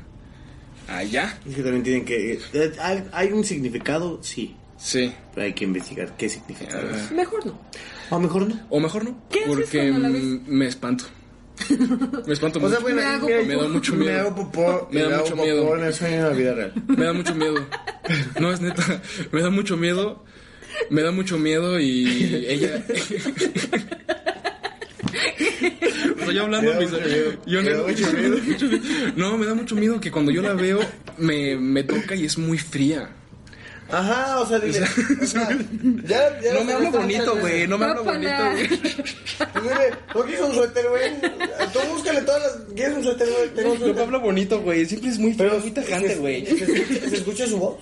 Speaker 1: Allá.
Speaker 2: Es que también tienen que... eh, ¿Hay, hay un significado? Sí.
Speaker 1: Sí.
Speaker 2: Pero hay que investigar qué significado es.
Speaker 1: Ah.
Speaker 3: Mejor no.
Speaker 2: O mejor no.
Speaker 1: O mejor no.
Speaker 3: ¿Qué haces
Speaker 1: porque
Speaker 3: cuando la ves?
Speaker 1: mm, me espanto. Me espanto mucho.
Speaker 3: Me hago
Speaker 1: me da mucho
Speaker 2: Me
Speaker 1: miedo.
Speaker 2: hago popó.
Speaker 1: Me da
Speaker 2: hago
Speaker 1: mucho
Speaker 2: popó
Speaker 1: miedo.
Speaker 2: en el sueño de la vida real.
Speaker 1: Me da mucho miedo. No, es neta. Me da mucho miedo. Me da mucho miedo y ella. Estoy hablando
Speaker 2: Me da
Speaker 1: mis-
Speaker 2: mucho miedo.
Speaker 1: yo
Speaker 2: Me da mucho miedo.
Speaker 1: No, me da mucho miedo que cuando yo la veo me, me toca y es muy fría.
Speaker 2: Ajá, o sea, dile... o sea, ya, ya
Speaker 1: No
Speaker 2: lo
Speaker 1: me hablo
Speaker 2: sabes
Speaker 1: bonito,
Speaker 2: tantas
Speaker 1: güey.
Speaker 2: veces.
Speaker 1: No me hablo bonito,
Speaker 3: Tópala.
Speaker 1: güey.
Speaker 2: Pues dile, ¿no quieres un suéter, güey? Tú búscale todas las... ¿Quieres un suéter, güey? Tengo
Speaker 1: No
Speaker 2: un
Speaker 1: me
Speaker 2: suéter.
Speaker 1: hablo bonito, güey. Siempre es muy frío, muy tajante, güey.
Speaker 2: ¿Se escucha- se escucha su voz?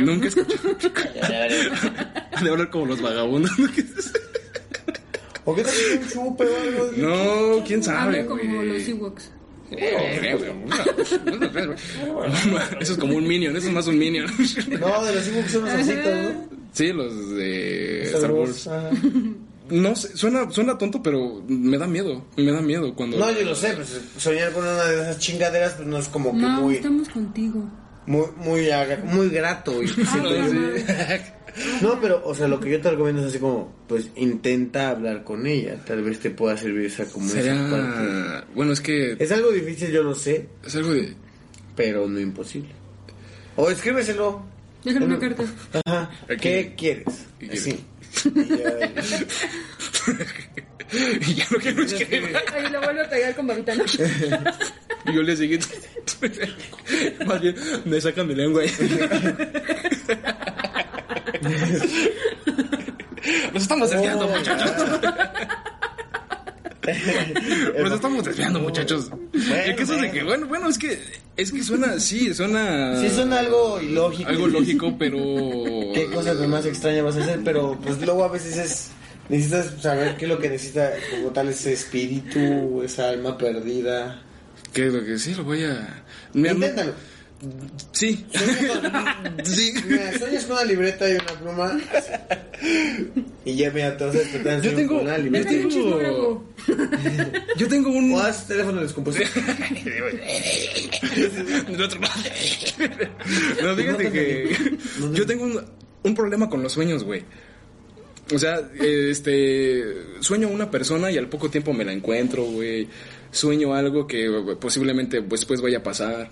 Speaker 1: Nunca escuché de hablar como los vagabundos.
Speaker 2: ¿O qué tal que un chupe o algo?
Speaker 1: No, quién sabe,
Speaker 3: Hablo como
Speaker 1: güey.
Speaker 3: los Ewoks.
Speaker 1: Eso es como un minion, eso es más un minion.
Speaker 2: No, de los Ewoks son los ositos, ¿no?
Speaker 1: Sí, los de Eh, Star Wars.
Speaker 2: Ajá.
Speaker 1: No sé, suena, suena tonto, pero me da miedo. Me da miedo cuando.
Speaker 2: No, yo lo sé, pues soñar con una de esas chingaderas pues no es como que
Speaker 3: No,
Speaker 2: muy,
Speaker 3: estamos contigo.
Speaker 2: muy, muy, agra- muy grato. Y,
Speaker 3: Ay, mamá.
Speaker 2: no, pero, o sea, lo que yo te recomiendo es así como, pues intenta hablar con ella, tal vez te pueda servir esa como esa parte.
Speaker 1: Será. Bueno, es que
Speaker 2: Es algo difícil, yo lo sé,
Speaker 1: es algo de.
Speaker 2: pero no imposible. O escríbeselo.
Speaker 3: Déjale una carta.
Speaker 2: Ajá.
Speaker 1: Aquí.
Speaker 2: ¿Qué quieres?
Speaker 1: ¿Qué quieres?
Speaker 2: Sí. Y ya-
Speaker 1: y ya no quiero escribir.
Speaker 3: Ahí lo vuelvo a pegar con babita, ¿no?
Speaker 1: Y yo le seguí. Más bien, me sacan mi lengua. ahí. Nos estamos desviando,
Speaker 2: Oh.
Speaker 1: muchachos. Nos estamos desviando, muchachos. El caso es de que, bueno, bueno, es que, es que suena, sí, suena.
Speaker 2: Sí, son algo ilógico.
Speaker 1: algo lógico, pero.
Speaker 2: ¿Qué cosa que más extraña vas a hacer? Pero pues luego a veces es. Necesitas saber qué es lo que necesita como tal ese espíritu, esa alma perdida.
Speaker 1: ¿Qué es lo que sí? Lo voy a. Mira, no-
Speaker 2: Inténtalo.
Speaker 1: Sí. sí.
Speaker 2: Mira, sueñas con una libreta y una pluma. Y ya mira, te vas a despertar en
Speaker 1: Yo
Speaker 2: sueño
Speaker 1: tengo-
Speaker 2: con una
Speaker 1: yo
Speaker 2: libreta.
Speaker 1: tengo- Yo tengo un.
Speaker 2: O haz Este teléfono descompuesto.
Speaker 1: Del otro lado. No, fíjate
Speaker 2: No te
Speaker 1: que
Speaker 2: No te-
Speaker 1: yo tengo un, un problema con los sueños, güey. O sea, eh, este sueño a una persona y al poco tiempo me la encuentro, güey. Sueño algo que güey, posiblemente después vaya a pasar.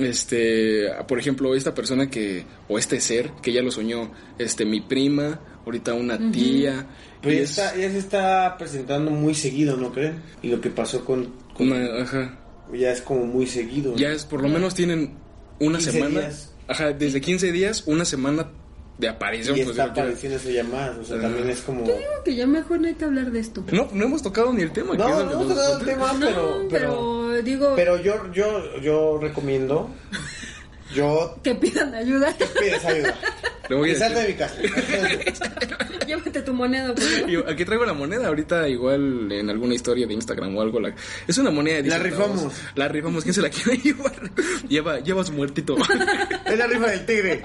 Speaker 1: Este, por ejemplo, esta persona que o este ser que ya lo soñó, este mi prima, ahorita una tía,
Speaker 2: Pero
Speaker 1: y
Speaker 2: ya,
Speaker 1: es
Speaker 2: está, ya se está presentando muy seguido, ¿no creen? Y lo que pasó con. con-
Speaker 1: una- ajá.
Speaker 2: ya es como muy seguido. ¿no?
Speaker 1: Ya es, por lo menos tienen una
Speaker 2: 15
Speaker 1: semana.
Speaker 2: días.
Speaker 1: Ajá, desde 15 días, una semana de aparición.
Speaker 2: Y
Speaker 1: pues,
Speaker 2: está
Speaker 1: digo, ya-
Speaker 2: apareciendo esa llamada. O sea,
Speaker 1: Ajá.
Speaker 2: también es como.
Speaker 3: Creo que ya mejor no hay que hablar de esto.
Speaker 1: No, no hemos tocado ni el tema.
Speaker 2: No,
Speaker 1: que es
Speaker 2: no
Speaker 1: lo que
Speaker 2: hemos
Speaker 1: nos-
Speaker 2: tocado el tema,
Speaker 3: No,
Speaker 2: pero,
Speaker 3: pero,
Speaker 2: pero,
Speaker 3: digo
Speaker 2: pero yo, yo, yo recomiendo, yo
Speaker 3: que pidan ayuda.
Speaker 2: pides ayuda.
Speaker 1: Le voy a
Speaker 2: Y sal de
Speaker 1: decir.
Speaker 2: mi casa.
Speaker 3: Llévate tu moneda, por favor.
Speaker 1: Y aquí traigo la moneda ahorita igual en alguna historia de Instagram o algo la- es una moneda de
Speaker 2: La
Speaker 1: 10 centavos.
Speaker 2: rifamos.
Speaker 1: la rifamos quién se la quiere llevar lleva lleva su muertito
Speaker 2: Es la rifa del tigre.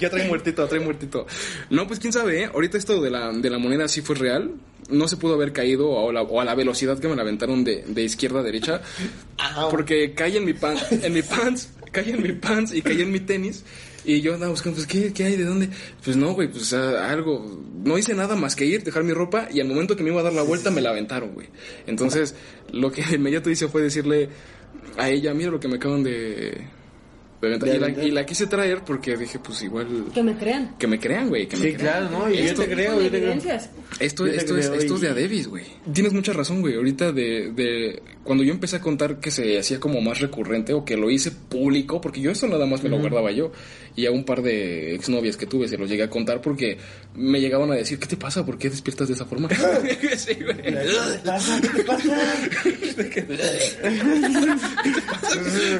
Speaker 1: ya trae muertito trae muertito no pues quién sabe ¿eh? ahorita esto de la de la moneda sí fue real no se pudo haber caído o, la- o a la velocidad que me la aventaron de, de izquierda a derecha
Speaker 2: Ajá.
Speaker 1: Porque caí en mi pan, en mi pants, caí en mi pants y caí en mi tenis. Y yo andaba buscando, pues, ¿qué, qué hay? ¿De dónde? Pues no, güey, pues ah, algo. No hice nada más que ir, dejar mi ropa. Y al momento que me iba a dar la vuelta, me la aventaron, güey. Entonces, lo que de inmediato hice fue decirle a ella, mira lo que me acaban de. de aventar.
Speaker 2: De
Speaker 1: y, la,
Speaker 2: aventar.
Speaker 1: y la quise traer porque dije, pues igual.
Speaker 3: Que me crean.
Speaker 1: Que me crean, güey. que me
Speaker 2: Sí,
Speaker 1: crean.
Speaker 2: claro, ¿no? Y yo
Speaker 1: Esto-
Speaker 2: te creo,
Speaker 3: Con
Speaker 2: yo te creo.
Speaker 3: evidencias.
Speaker 1: esto,
Speaker 2: Yo te
Speaker 1: esto, es,
Speaker 2: creo,
Speaker 1: esto es
Speaker 2: y-
Speaker 1: de Adebis, güey. Tienes mucha razón, güey. Ahorita de, de... Cuando yo empecé a contar que se hacía como más recurrente o que lo hice público, porque yo eso nada más me lo guardaba yo. Y a un par de exnovias que tuve se los llegué a contar porque me llegaban a decir, ¿qué te pasa? ¿Por qué despiertas de esa forma? Sí, güey.
Speaker 2: ¿Qué te pasa? ¿Qué te pasa?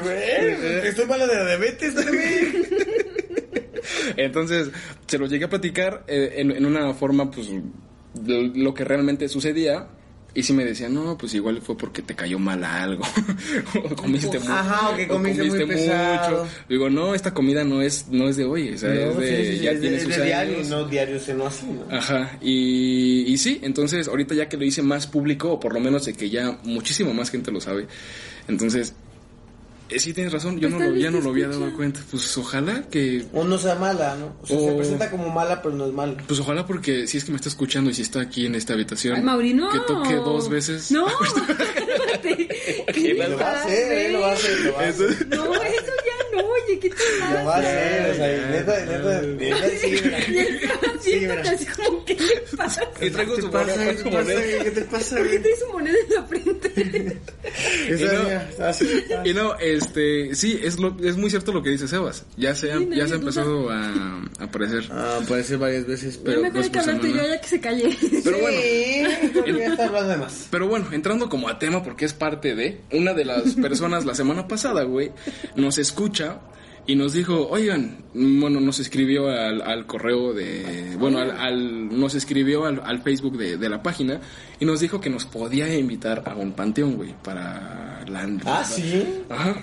Speaker 2: Güey, Estoy malo de la diabetes, güey.
Speaker 1: Entonces, se lo llegué a platicar eh, en, en una forma, pues, de lo que realmente sucedía. Y si me decían, no, pues igual fue porque te cayó mal algo. o comiste mucho.
Speaker 2: Ajá, o que comiste muy pesado.
Speaker 1: Digo, no, esta comida no es, no es de hoy. O sea, es
Speaker 2: No, sí,
Speaker 1: de,
Speaker 2: sí, sí,
Speaker 1: ya
Speaker 2: es de-
Speaker 1: tiene
Speaker 2: es
Speaker 1: sus
Speaker 2: de diario,
Speaker 1: años.
Speaker 2: no diario se no así, ¿no?
Speaker 1: Ajá, y, y sí, entonces ahorita ya que lo hice más público, o por lo menos de que ya muchísima más gente lo sabe, entonces, eh, sí tienes razón, yo
Speaker 3: Pues
Speaker 1: no
Speaker 3: tal
Speaker 1: lo,
Speaker 3: vez
Speaker 1: ya
Speaker 3: te
Speaker 1: no lo había
Speaker 3: escucha.
Speaker 1: dado cuenta, pues ojalá que
Speaker 2: O no sea mala, ¿no? O sea, se
Speaker 1: O-
Speaker 2: presenta como mala, pero no es mala.
Speaker 1: Pues ojalá porque si es que me está escuchando y si está aquí en esta habitación.
Speaker 3: Ay, Mauri, no.
Speaker 1: Que toque dos veces.
Speaker 3: No. Espérate.
Speaker 2: Y lo va a hacer, ¿eh? Lo va a hacer, lo va a hacer.
Speaker 3: No, eso ya no, oye, ¿qué te
Speaker 2: Lo va a
Speaker 3: pasa?
Speaker 2: hacer, o sea, y neta, neta, neta, sí, mira.
Speaker 3: Y está haciéndote así como, ¿qué le pasa?
Speaker 1: Y traigo
Speaker 2: ¿Qué
Speaker 1: su
Speaker 2: te pasa,
Speaker 1: moneda,
Speaker 2: güey?
Speaker 1: su
Speaker 2: ¿Qué te pasa,
Speaker 1: moneda.
Speaker 2: güey? ¿Qué te pasa,
Speaker 3: ¿Por qué
Speaker 2: güey?
Speaker 3: traes su moneda en la frente?
Speaker 1: Y no-
Speaker 2: Esa así.
Speaker 1: Y no, este, sí, es lo, es muy cierto lo que dice Sebas. Ya se ha,
Speaker 3: Sí, nadie
Speaker 1: ya se ha
Speaker 3: duda.
Speaker 1: empezado a, a aparecer.
Speaker 2: Ah, puede ser varias veces,
Speaker 1: pero
Speaker 3: Pero pues, mejor
Speaker 1: dos
Speaker 3: hay que
Speaker 1: por
Speaker 3: hablarte yo
Speaker 1: semana.
Speaker 3: ya que se calle.
Speaker 1: Pero bueno.
Speaker 2: Sí, porque ya está hablando de más.
Speaker 1: Pero bueno, entrando como a tema, porque es parte de una de las personas la semana pasada, güey, nos escucha y nos dijo, oigan, bueno, nos escribió al, al correo de, bueno, al, al- nos escribió al, al Facebook de, de la página y nos dijo que nos podía invitar a un panteón, güey, para la...
Speaker 2: Ah, ¿sí?
Speaker 1: Ajá.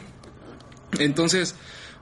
Speaker 1: Entonces,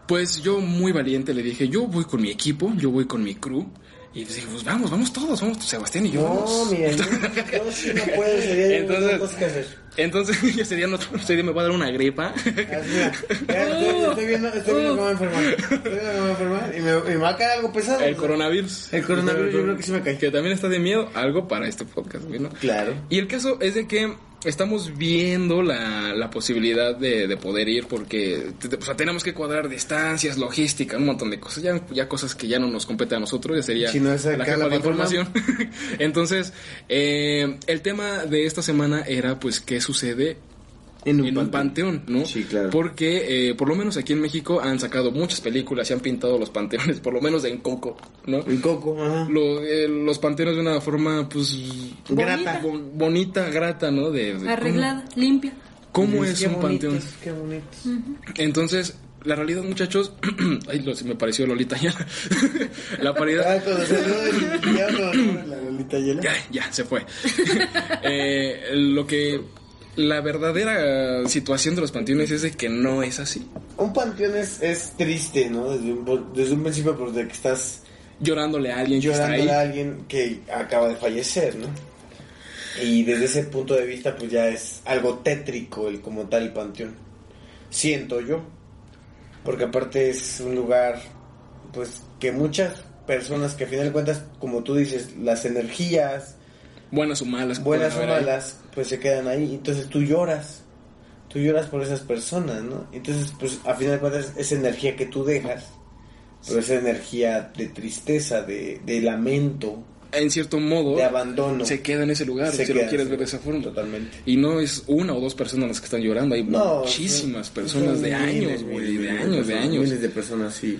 Speaker 1: pues yo muy valiente le dije, yo voy con mi equipo, yo voy con mi crew. Y pues dije, pues vamos, vamos todos, vamos, Sebastián y yo.
Speaker 2: No,
Speaker 1: vamos.
Speaker 2: mira, yo, yo sí no puedo, sería yo no
Speaker 1: Entonces-
Speaker 2: tengo cosas que hacer.
Speaker 1: Entonces, ese día, no, ese día me va a dar una gripa.
Speaker 2: Ah, Mira, ya estoy, estoy viendo, estoy viendo cómo me enfermar. Estoy viendo cómo me enfermar y me, y me va a caer algo pesado.
Speaker 1: El coronavirus.
Speaker 2: El coronavirus yo creo que sí me cae.
Speaker 1: Que también está de miedo, algo para este podcast, güey, ¿no?
Speaker 2: Claro.
Speaker 1: Y el caso es de que estamos viendo la, la posibilidad de, de poder ir porque te- te- o sea, tenemos que cuadrar distancias, logística, un montón de cosas. Ya, ya cosas que ya no nos compete a nosotros, ya sería
Speaker 2: Si no es
Speaker 1: a la
Speaker 2: acá
Speaker 1: jefa
Speaker 2: la
Speaker 1: de
Speaker 2: patrona.
Speaker 1: información. Entonces, eh, el tema de esta semana era pues qué sucede
Speaker 2: En
Speaker 1: en un panteón, ¿no?
Speaker 2: Sí, claro.
Speaker 1: Porque eh, por lo menos aquí en México han sacado muchas películas y han pintado los panteones, por lo menos en Coco, ¿no?
Speaker 2: En coco, ajá.
Speaker 1: Lo- eh, los panteones de una forma pues
Speaker 2: Grata.
Speaker 1: bo- bonita, grata, ¿no? De, de cómo-
Speaker 3: Arreglada, limpia.
Speaker 1: ¿Cómo,
Speaker 2: Qué
Speaker 1: es un
Speaker 2: bonitos,
Speaker 1: panteón?
Speaker 2: Qué bonitos.
Speaker 1: Entonces, la realidad, muchachos, ay, lo- se me pareció Lolita ya. la paridad,
Speaker 2: Ah, cuando se ve- ya cuando- la Lolita Yela.
Speaker 1: ya, ya, se fue. Eh, lo que la verdadera situación de los panteones es de que no es así.
Speaker 2: Un panteón es, es triste, ¿no? Desde un, desde un principio, porque estás
Speaker 1: Llorándole a alguien que
Speaker 2: llorando
Speaker 1: está
Speaker 2: a
Speaker 1: ahí.
Speaker 2: alguien que acaba de fallecer, ¿no? Y desde ese punto de vista, pues ya es algo tétrico el como tal el panteón. Siento yo. Porque aparte es un lugar, pues, que muchas personas que a final de cuentas, como tú dices, las energías,
Speaker 1: Buenas o malas. que
Speaker 2: buenas o
Speaker 1: pueden Pues, haber ahí.
Speaker 2: malas, pues se quedan ahí. Entonces tú lloras. Tú lloras por esas personas, ¿no? Entonces, pues a final de cuentas, esa energía que tú dejas, pero esa energía de tristeza, de, de lamento,
Speaker 1: En cierto modo,
Speaker 2: de abandono.
Speaker 1: se queda en ese lugar,
Speaker 2: se
Speaker 1: si
Speaker 2: queda
Speaker 1: lo quieres
Speaker 2: así.
Speaker 1: ver de esa forma.
Speaker 2: Totalmente.
Speaker 1: Y no es una o dos personas las que están llorando, hay
Speaker 2: No,
Speaker 1: muchísimas
Speaker 2: son-
Speaker 1: personas
Speaker 2: son
Speaker 1: de años,
Speaker 2: miles,
Speaker 1: güey,
Speaker 2: miles,
Speaker 1: de
Speaker 2: miles
Speaker 1: años, de
Speaker 2: personas,
Speaker 1: años.
Speaker 2: Miles de personas, sí.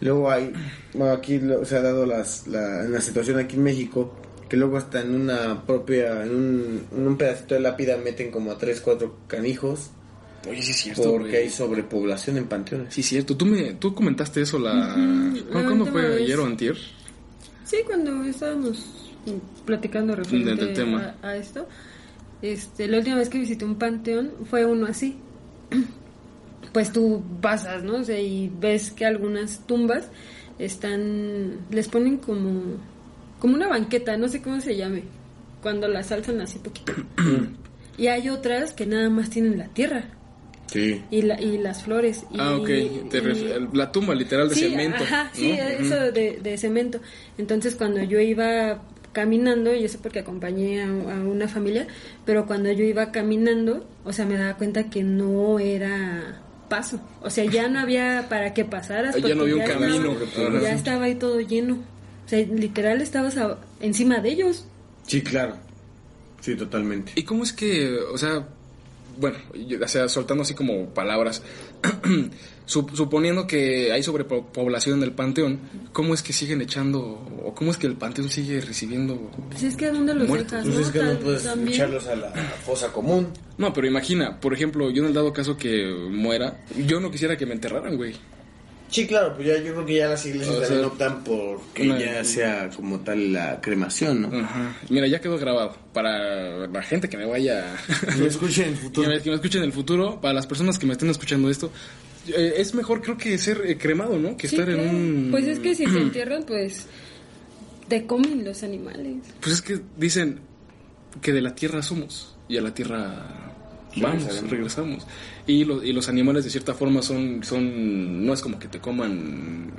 Speaker 2: Luego hay, bueno, aquí lo- se ha dado las, la, en la situación aquí en México, que luego hasta en una propia, en un, en un pedacito de lápida meten como a tres, cuatro canijos,
Speaker 1: Oye, sí es cierto.
Speaker 2: porque
Speaker 1: güey.
Speaker 2: hay sobrepoblación en panteones.
Speaker 1: Sí, cierto. Tú me, tú comentaste eso la.
Speaker 3: Ujú,
Speaker 1: ¿Cuándo-
Speaker 3: la
Speaker 1: ¿Cuándo
Speaker 3: última
Speaker 1: fue
Speaker 3: vez.
Speaker 1: ayer o antier?
Speaker 3: Sí, cuando estábamos platicando referente
Speaker 1: Del- del tema.
Speaker 3: A, a esto, este, la última vez que visité un panteón fue uno así. Pues tú pasas, ¿no? O sea, y ves que algunas tumbas están, les ponen como, como una banqueta, no sé cómo se llame, cuando las alzan así poquito. y hay otras que nada más tienen la tierra
Speaker 2: Sí.
Speaker 3: y, la, y las flores. Y,
Speaker 1: ah, ok. Te
Speaker 3: y-
Speaker 1: ref- La tumba literal de
Speaker 3: sí,
Speaker 1: cemento.
Speaker 3: ajá,
Speaker 1: ¿no?
Speaker 3: sí,
Speaker 1: Ujú.
Speaker 3: eso de, de cemento. Entonces, cuando yo iba caminando, y eso porque acompañé a, a una familia, pero cuando yo iba caminando, o sea, me daba cuenta que no era paso. O sea, ya no había para que pasaras.
Speaker 1: Ya
Speaker 3: porque
Speaker 1: no había un camino.
Speaker 3: estaba- ya
Speaker 1: Ajá.
Speaker 3: estaba ahí todo lleno. O sea, literal estabas a- encima de ellos.
Speaker 2: Sí, claro. Sí, totalmente.
Speaker 1: ¿Y cómo es que, o sea, bueno, yo- o sea, soltando así como palabras, sup- suponiendo que hay sobrepoblación en el panteón, ¿cómo es que siguen echando, o cómo es que el panteón sigue recibiendo?
Speaker 3: Pues es que ¿a dónde los
Speaker 1: Muertos.
Speaker 3: dejas?
Speaker 2: Pues es que no
Speaker 3: Tal-
Speaker 2: puedes
Speaker 3: también.
Speaker 2: echarlos a la fosa común.
Speaker 1: No, pero imagina, por ejemplo, yo en el dado caso que muera, yo no quisiera que me enterraran, güey.
Speaker 2: Sí, claro, pues ya yo creo que ya las iglesias
Speaker 1: O
Speaker 2: también
Speaker 1: sea,
Speaker 2: optan por que
Speaker 1: una-
Speaker 2: ya sea como tal la cremación, ¿no?
Speaker 1: Ajá. Mira, ya quedó grabado para la gente que me vaya
Speaker 2: Lo escuchen en
Speaker 1: que me, que me escuchen en el futuro, para las personas que me estén escuchando esto, eh, es mejor creo que ser eh, cremado, ¿no? Que
Speaker 3: Sí,
Speaker 1: estar en
Speaker 3: claro.
Speaker 1: un...
Speaker 3: Pues es que si te entierran, pues te comen los animales.
Speaker 1: Pues es que dicen que de la tierra somos y a la tierra vamos,
Speaker 2: Regresaremos.
Speaker 1: regresamos. Y, lo- y los animales de cierta forma son, son no es como que te coman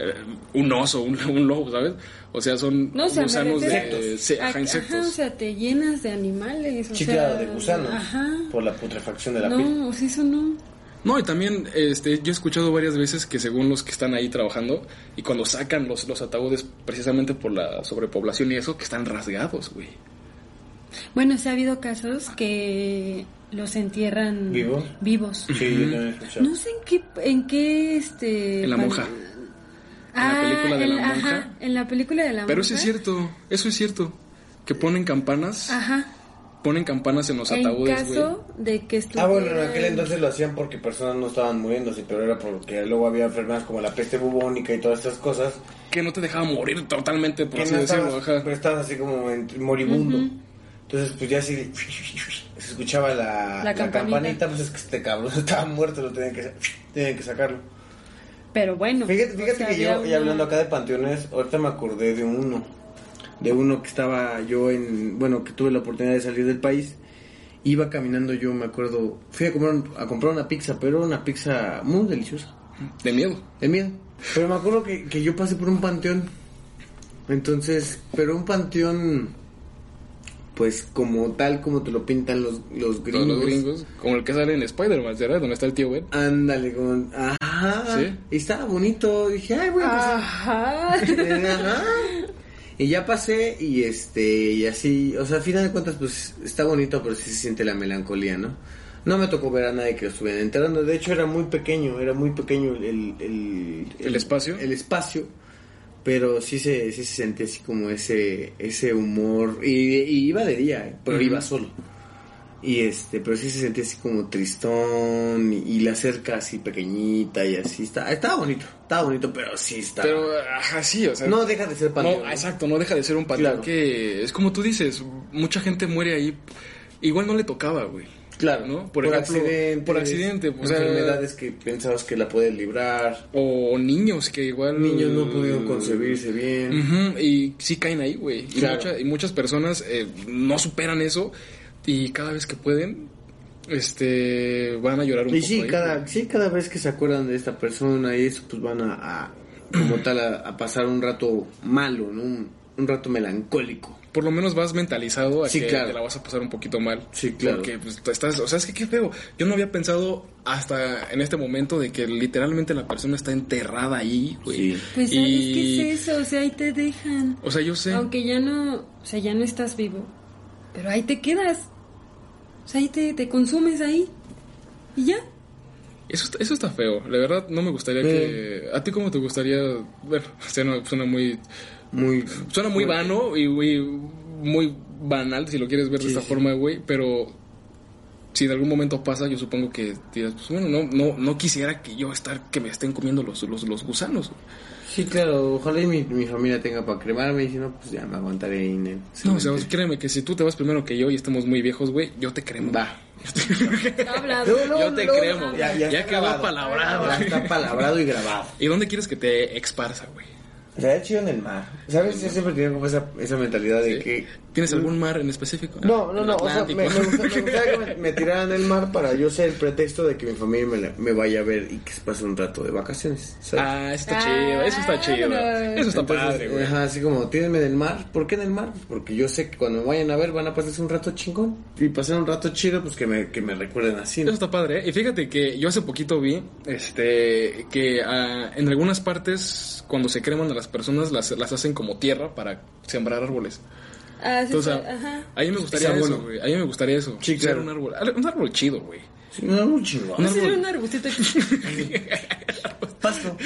Speaker 1: eh, un oso, un, un lobo, ¿sabes? O sea, son
Speaker 3: No, o sea, me
Speaker 1: gusanos
Speaker 3: refiero-
Speaker 1: de eh, se- ajá,
Speaker 3: Ajá,
Speaker 1: insectos.
Speaker 3: o sea, te llenas de animales. O
Speaker 2: Sí,
Speaker 3: sea,
Speaker 2: claro, de gusanos.
Speaker 3: Ajá.
Speaker 2: Por la putrefacción de la piel.
Speaker 3: No, o sea, eso no.
Speaker 1: No, y también este, yo he escuchado varias veces que según los que están ahí trabajando y cuando sacan los, los ataúdes precisamente por la sobrepoblación y eso, que están rasgados, güey.
Speaker 3: Bueno, se ha habido casos que los entierran
Speaker 2: ¿Vivo?
Speaker 3: vivos.
Speaker 2: Sí, yo también he escuchado.
Speaker 3: No sé en qué, en qué, este...
Speaker 1: En la
Speaker 3: pan-
Speaker 1: monja.
Speaker 3: Ah,
Speaker 1: En la película de
Speaker 3: en-
Speaker 1: la monja.
Speaker 3: Ajá, en la película de la
Speaker 1: Pero
Speaker 3: monja.
Speaker 1: eso es cierto, eso es cierto. Que ponen campanas,
Speaker 3: Ajá.
Speaker 1: ponen campanas en los
Speaker 3: Ah. En
Speaker 1: ataúdes, güey.
Speaker 3: caso de que
Speaker 2: Ah,
Speaker 3: estuvieran...
Speaker 2: bueno, en aquel entonces lo hacían porque personas no estaban muriéndose, pero era porque luego había enfermedades como la peste bubónica y todas esas cosas.
Speaker 1: Que no te dejaba morir totalmente, por
Speaker 2: que
Speaker 1: así
Speaker 2: no
Speaker 1: decirlo,
Speaker 2: estabas,
Speaker 1: ajá.
Speaker 2: pero estabas así como en- moribundo. Entonces, pues ya así de- se escuchaba la,
Speaker 3: La
Speaker 2: la campanita.
Speaker 3: campanita,
Speaker 2: pues es que este cabrón estaba muerto, lo tenían que, tenían que sacarlo.
Speaker 3: Pero bueno.
Speaker 2: Fíjate,
Speaker 3: o
Speaker 2: fíjate
Speaker 3: sea,
Speaker 2: que
Speaker 3: había
Speaker 2: yo, y
Speaker 3: una-
Speaker 2: hablando acá de panteones, ahorita me acordé de uno. De uno que estaba yo en. Bueno, que tuve la oportunidad de salir del país. Iba caminando yo, me acuerdo. Fui a comprar, un- a comprar una pizza, pero era una pizza muy deliciosa.
Speaker 1: De miedo.
Speaker 2: De miedo. Pero me acuerdo que, que yo pasé por un panteón. Entonces, pero un panteón pues como tal como te lo pintan los, los
Speaker 1: Todos
Speaker 2: gringos.
Speaker 1: los gringos. Como el que sale en Spider-Man, ¿verdad? Donde está el tío Ben.
Speaker 2: Ándale, como, ajá.
Speaker 1: Sí.
Speaker 2: Y estaba bonito, dije, ay, voy a pasar".
Speaker 3: Ajá.
Speaker 2: Ajá. Y ya pasé y este y así, o sea, al final de cuentas pues está bonito, pero sí se siente la melancolía, ¿no? No me tocó ver a nadie que lo estuviera enterrando, de hecho era muy pequeño, era muy pequeño el el, el,
Speaker 1: ¿El espacio?
Speaker 2: El espacio. Pero sí se, sí se sentía así como ese ese humor y, y iba de día, ¿eh? pero
Speaker 1: Ujú.
Speaker 2: iba solo. Y este, pero sí se sentía así como tristón y, y la cerca así pequeñita y así está, estaba bonito, estaba bonito, pero sí está
Speaker 1: Pero, ajá, sí, o sea.
Speaker 2: no deja de ser panteón.
Speaker 1: No,
Speaker 2: ¿no?
Speaker 1: exacto, no deja de ser un panteón
Speaker 2: Claro.
Speaker 1: que es como tú dices, mucha gente muere ahí, igual no le tocaba, güey.
Speaker 2: Claro,
Speaker 1: ¿no? Por ejemplo, por accidente, o sea-
Speaker 2: enfermedades que pensabas que la podías librar,
Speaker 1: O niños que igual...
Speaker 2: niños no pudieron concebirse bien.
Speaker 1: Ujú, y sí caen ahí, güey. Y,
Speaker 2: Claro.
Speaker 1: mucha- y muchas personas eh, no superan eso y cada vez que pueden, este, van a llorar un
Speaker 2: Y
Speaker 1: poco.
Speaker 2: sí,
Speaker 1: ahí,
Speaker 2: cada,
Speaker 1: güey.
Speaker 2: sí, cada vez que se acuerdan de esta persona y eso, pues van a, a, como tal, a, a pasar un rato malo, ¿no? Un, un rato melancólico.
Speaker 1: Por lo menos vas mentalizado a
Speaker 2: Sí,
Speaker 1: que
Speaker 2: claro.
Speaker 1: te la vas a pasar un poquito mal.
Speaker 2: Sí, claro.
Speaker 1: Porque pues, tú estás, o sea, es que qué feo. Yo no había pensado hasta en este momento de que literalmente la persona está enterrada ahí, güey.
Speaker 2: Sí.
Speaker 3: Pues
Speaker 1: Y-
Speaker 3: es que es eso, o sea, ahí te dejan.
Speaker 1: O sea, yo sé.
Speaker 3: Aunque ya no, o sea, ya no estás vivo, pero ahí te quedas. O sea, ahí te, te consumes ahí. Y ya.
Speaker 1: Eso, está- eso está feo. La verdad, no me gustaría que. ¿A ti cómo te gustaría.? Bueno, suena, suena muy.
Speaker 2: Muy.
Speaker 1: Suena muy vano y muy, muy banal si lo quieres ver de
Speaker 2: Sí,
Speaker 1: esta
Speaker 2: sí.
Speaker 1: forma, güey. Pero si en algún momento pasa, yo supongo que dirás, pues bueno, no, no, no quisiera que yo estar, que me estén comiendo los, los, los gusanos.
Speaker 2: Sí, claro, ojalá y mi, mi familia tenga para cremarme y si no, pues ya me aguantaré ahí en el
Speaker 1: No, o sea,
Speaker 2: cementerio.
Speaker 1: créeme que si tú te vas primero que yo y estamos muy viejos, güey, yo te cremo.
Speaker 2: Va.
Speaker 1: Yo te cremo.
Speaker 2: Ya, ya,
Speaker 1: Ya
Speaker 2: está
Speaker 1: quedó
Speaker 2: grabado.
Speaker 1: apalabrado.
Speaker 2: Ya está palabrado y grabado.
Speaker 1: ¿Y dónde quieres que te esparza, güey?
Speaker 2: Estaría chido en el mar. ¿Sabes? Yo siempre tenía como esa, esa mentalidad de
Speaker 1: ¿Sí?
Speaker 2: que...
Speaker 1: ¿Tienes algún mar en específico?
Speaker 2: No, no,
Speaker 1: El
Speaker 2: no. O sea, me,
Speaker 1: Atlántico.
Speaker 2: me gusta- me gustaría que me, me tiraran el mar para yo ser el pretexto de que mi familia me, la- me vaya a ver y que se pase un rato de vacaciones. ¿sabes?
Speaker 1: Ah, eso está chido, eso está chido.
Speaker 3: Claro.
Speaker 1: Eso está
Speaker 2: Entonces,
Speaker 1: padre, güey.
Speaker 2: Ajá, así como, tírenme en el mar. ¿Por qué en el mar? Pues porque yo sé que cuando me vayan a ver van a pasarse un rato chingón. Y pasar un rato chido, pues que me, que me recuerden así,
Speaker 1: Eso
Speaker 2: ¿no?
Speaker 1: está padre, ¿eh? Y fíjate que yo hace poquito vi este que ah, en algunas partes, cuando se creman a las personas, las, las hacen como tierra para sembrar árboles.
Speaker 3: Ah, sí,
Speaker 1: Entonces,
Speaker 3: sí, ajá.
Speaker 1: a mí me gustaría
Speaker 2: Está
Speaker 1: eso,
Speaker 2: bueno.
Speaker 1: güey. A mí me gustaría eso.
Speaker 2: Sí,
Speaker 1: Ser
Speaker 2: claro.
Speaker 1: un árbol. Un árbol chido, güey.
Speaker 2: Sí, no, un chingón.
Speaker 3: No sería Pues, un arbustito
Speaker 2: Pasto.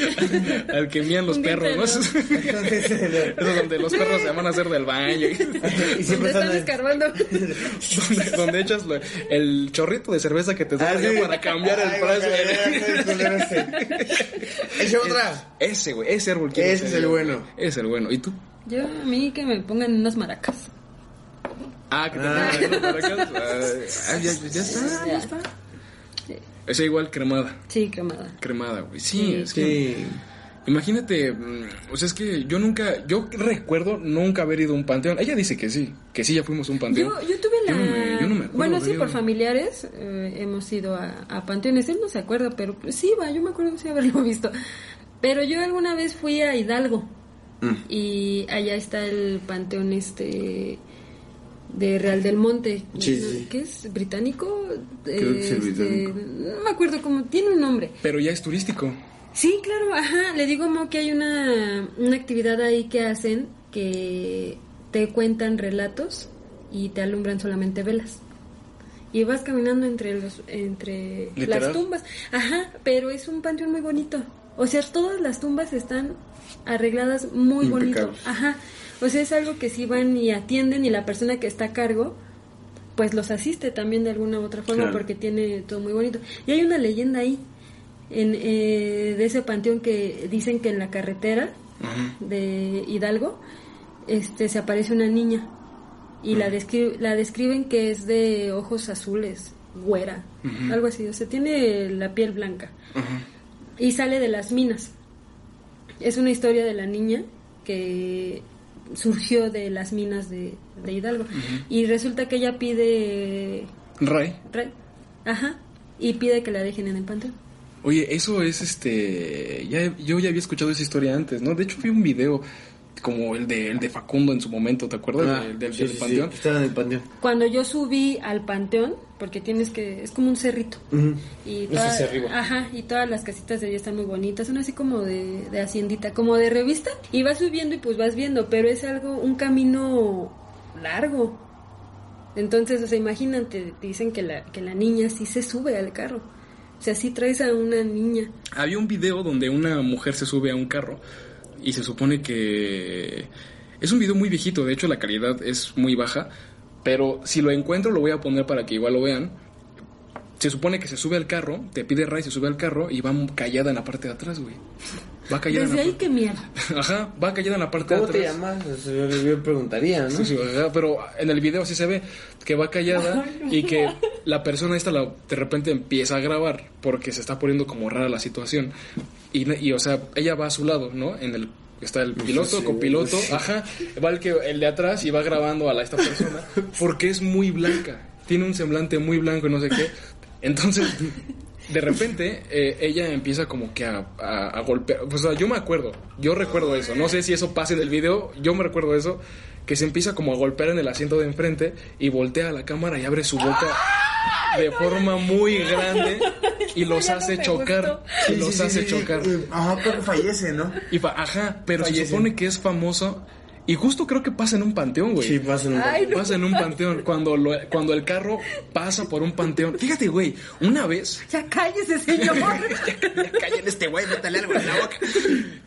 Speaker 1: Al que mían los
Speaker 3: Un
Speaker 1: perros, ¿no? Eso
Speaker 3: diente,
Speaker 1: es donde los perros se van a hacer del baño. y-
Speaker 2: y
Speaker 3: donde
Speaker 2: siempre
Speaker 3: están
Speaker 2: están...
Speaker 3: escarbando.
Speaker 1: donde, donde echas lo- el chorrito de cerveza que te
Speaker 2: Ah,
Speaker 1: sale
Speaker 2: sí.
Speaker 1: para cambiar el
Speaker 2: Ay,
Speaker 1: precio.
Speaker 2: guacamole, ese. Echa otra.
Speaker 1: Ese, güey. Ese árbol quiero
Speaker 2: Ese
Speaker 1: ser
Speaker 2: es el
Speaker 1: yo,
Speaker 2: bueno.
Speaker 1: güey. Ese es el bueno. ¿Y tú?
Speaker 3: Yo, a mí que me pongan unas maracas.
Speaker 1: Ah, que te
Speaker 2: Ah.
Speaker 1: pongan para acá. Ah, ya, ya está, ya está. Esa igual cremada,
Speaker 3: Sí, cremada.
Speaker 1: cremada, güey. Sí,
Speaker 3: Sí,
Speaker 1: es que
Speaker 2: Sí.
Speaker 1: imagínate, mm, o sea, es que yo nunca, yo recuerdo nunca haber ido a un panteón. Ella dice que sí, que sí ya fuimos a un panteón.
Speaker 3: Yo, yo tuve la...
Speaker 1: Yo no me- yo no me acuerdo
Speaker 3: bueno,
Speaker 1: de
Speaker 3: sí,
Speaker 1: ir.
Speaker 3: por familiares eh, hemos ido a, a panteones. Él no se acuerda, pero pues, sí, va, yo me acuerdo sí haberlo visto. Pero yo alguna vez fui a Hidalgo y allá está el panteón este de Real del Monte.
Speaker 2: Sí, sí.
Speaker 3: ¿Qué es? ¿Británico?
Speaker 2: Creo que es el
Speaker 3: Este,
Speaker 2: británico.
Speaker 3: No me acuerdo cómo, tiene un nombre.
Speaker 1: Pero ya es turístico.
Speaker 3: Sí, claro, ajá. Le digo Mo que hay una, una actividad ahí que hacen que te cuentan relatos y te alumbran solamente velas. Y vas caminando entre los entre
Speaker 1: ¿Literal?
Speaker 3: las tumbas. Ajá, pero es un panteón muy bonito. O sea, todas las tumbas están arregladas muy bonito.
Speaker 2: Impecables.
Speaker 3: Ajá. O sea, es algo que sí van y atienden y la persona que está a cargo pues los asiste también de alguna u otra forma
Speaker 2: Claro.
Speaker 3: porque tiene todo muy bonito. Y hay una leyenda ahí en, eh, de ese panteón que dicen que en la carretera de Hidalgo este, se aparece una niña y la, descri- la describen que es de ojos azules, güera, algo así, o sea, tiene la piel blanca y sale de las minas. Es una historia de la niña que surgió de las minas de, de Hidalgo y resulta que ella pide...
Speaker 1: Ray.
Speaker 3: re- Ajá, y pide que la dejen en el panteón.
Speaker 1: Oye, eso es este. Ya, yo ya había escuchado esa historia antes, ¿no? De hecho, vi un video. como el de, el de Facundo en su momento, ¿te acuerdas?
Speaker 2: Ah,
Speaker 1: El del,
Speaker 2: sí,
Speaker 1: del
Speaker 2: sí, sí,
Speaker 1: panteón.
Speaker 2: Estaba en el panteón.
Speaker 3: Cuando yo subí al panteón, porque tienes que, es como un cerrito.
Speaker 2: Ujú.
Speaker 3: Y
Speaker 2: Es hacia arriba.
Speaker 3: Ajá, y todas las casitas de allá están muy bonitas, son así como de, de haciendita, como de revista. Y vas subiendo y pues vas viendo, pero es algo, un camino largo. Entonces, o sea, imagínate, te dicen que la, que la niña sí se sube al carro. O sea, sí traes a una niña.
Speaker 1: Había un video donde una mujer se sube a un carro y se supone que es un video muy viejito, de hecho la calidad es muy baja, pero si lo encuentro lo voy a poner para que igual lo vean. Se supone que se sube al carro, te pide Ray, se sube al carro y va callada en la parte de atrás, güey. Va callada en
Speaker 3: Desde
Speaker 1: la
Speaker 3: ahí
Speaker 1: par-
Speaker 3: que mierda.
Speaker 1: Ajá, va callada en la parte
Speaker 2: ¿Cómo
Speaker 1: de
Speaker 2: te
Speaker 1: atrás.
Speaker 2: llamas? O sea, yo, yo preguntaría, ¿no?
Speaker 1: Sí, sí, ajá, pero en el video sí se ve que va callada y que la persona esta la- de repente empieza a grabar porque se está poniendo como rara la situación. Y, no- y, o sea, ella va a su lado, ¿no? En el está el piloto,
Speaker 2: sí,
Speaker 1: copiloto,
Speaker 2: sí.
Speaker 1: ajá, va el que el de atrás y va grabando a la esta persona porque es muy blanca, tiene un semblante muy blanco y no sé qué. Entonces, de repente, eh, ella empieza como que a, a- a golpear. O sea, yo me acuerdo, yo recuerdo eso. No sé si eso pasa en el video, yo me recuerdo eso. Que se empieza como a golpear en el asiento de enfrente y voltea a la cámara y abre su boca de forma muy grande y los
Speaker 3: ya no
Speaker 1: hace
Speaker 3: me
Speaker 1: chocar.
Speaker 3: gustó.
Speaker 1: Y los hace chocar.
Speaker 2: Eh, Ajá, pero fallece, ¿no?
Speaker 1: Y fa- ajá, pero se
Speaker 2: Fallecen.
Speaker 1: supone que es famoso. Y justo creo que pasa en un panteón, güey.
Speaker 2: Sí, pasa en un
Speaker 3: Ay, no.
Speaker 1: Pasa en un panteón. Cuando, lo- cuando el carro pasa por un panteón. Fíjate, güey, una vez
Speaker 3: Ya cállese, señor.
Speaker 1: en este güey, métale algo en la boca.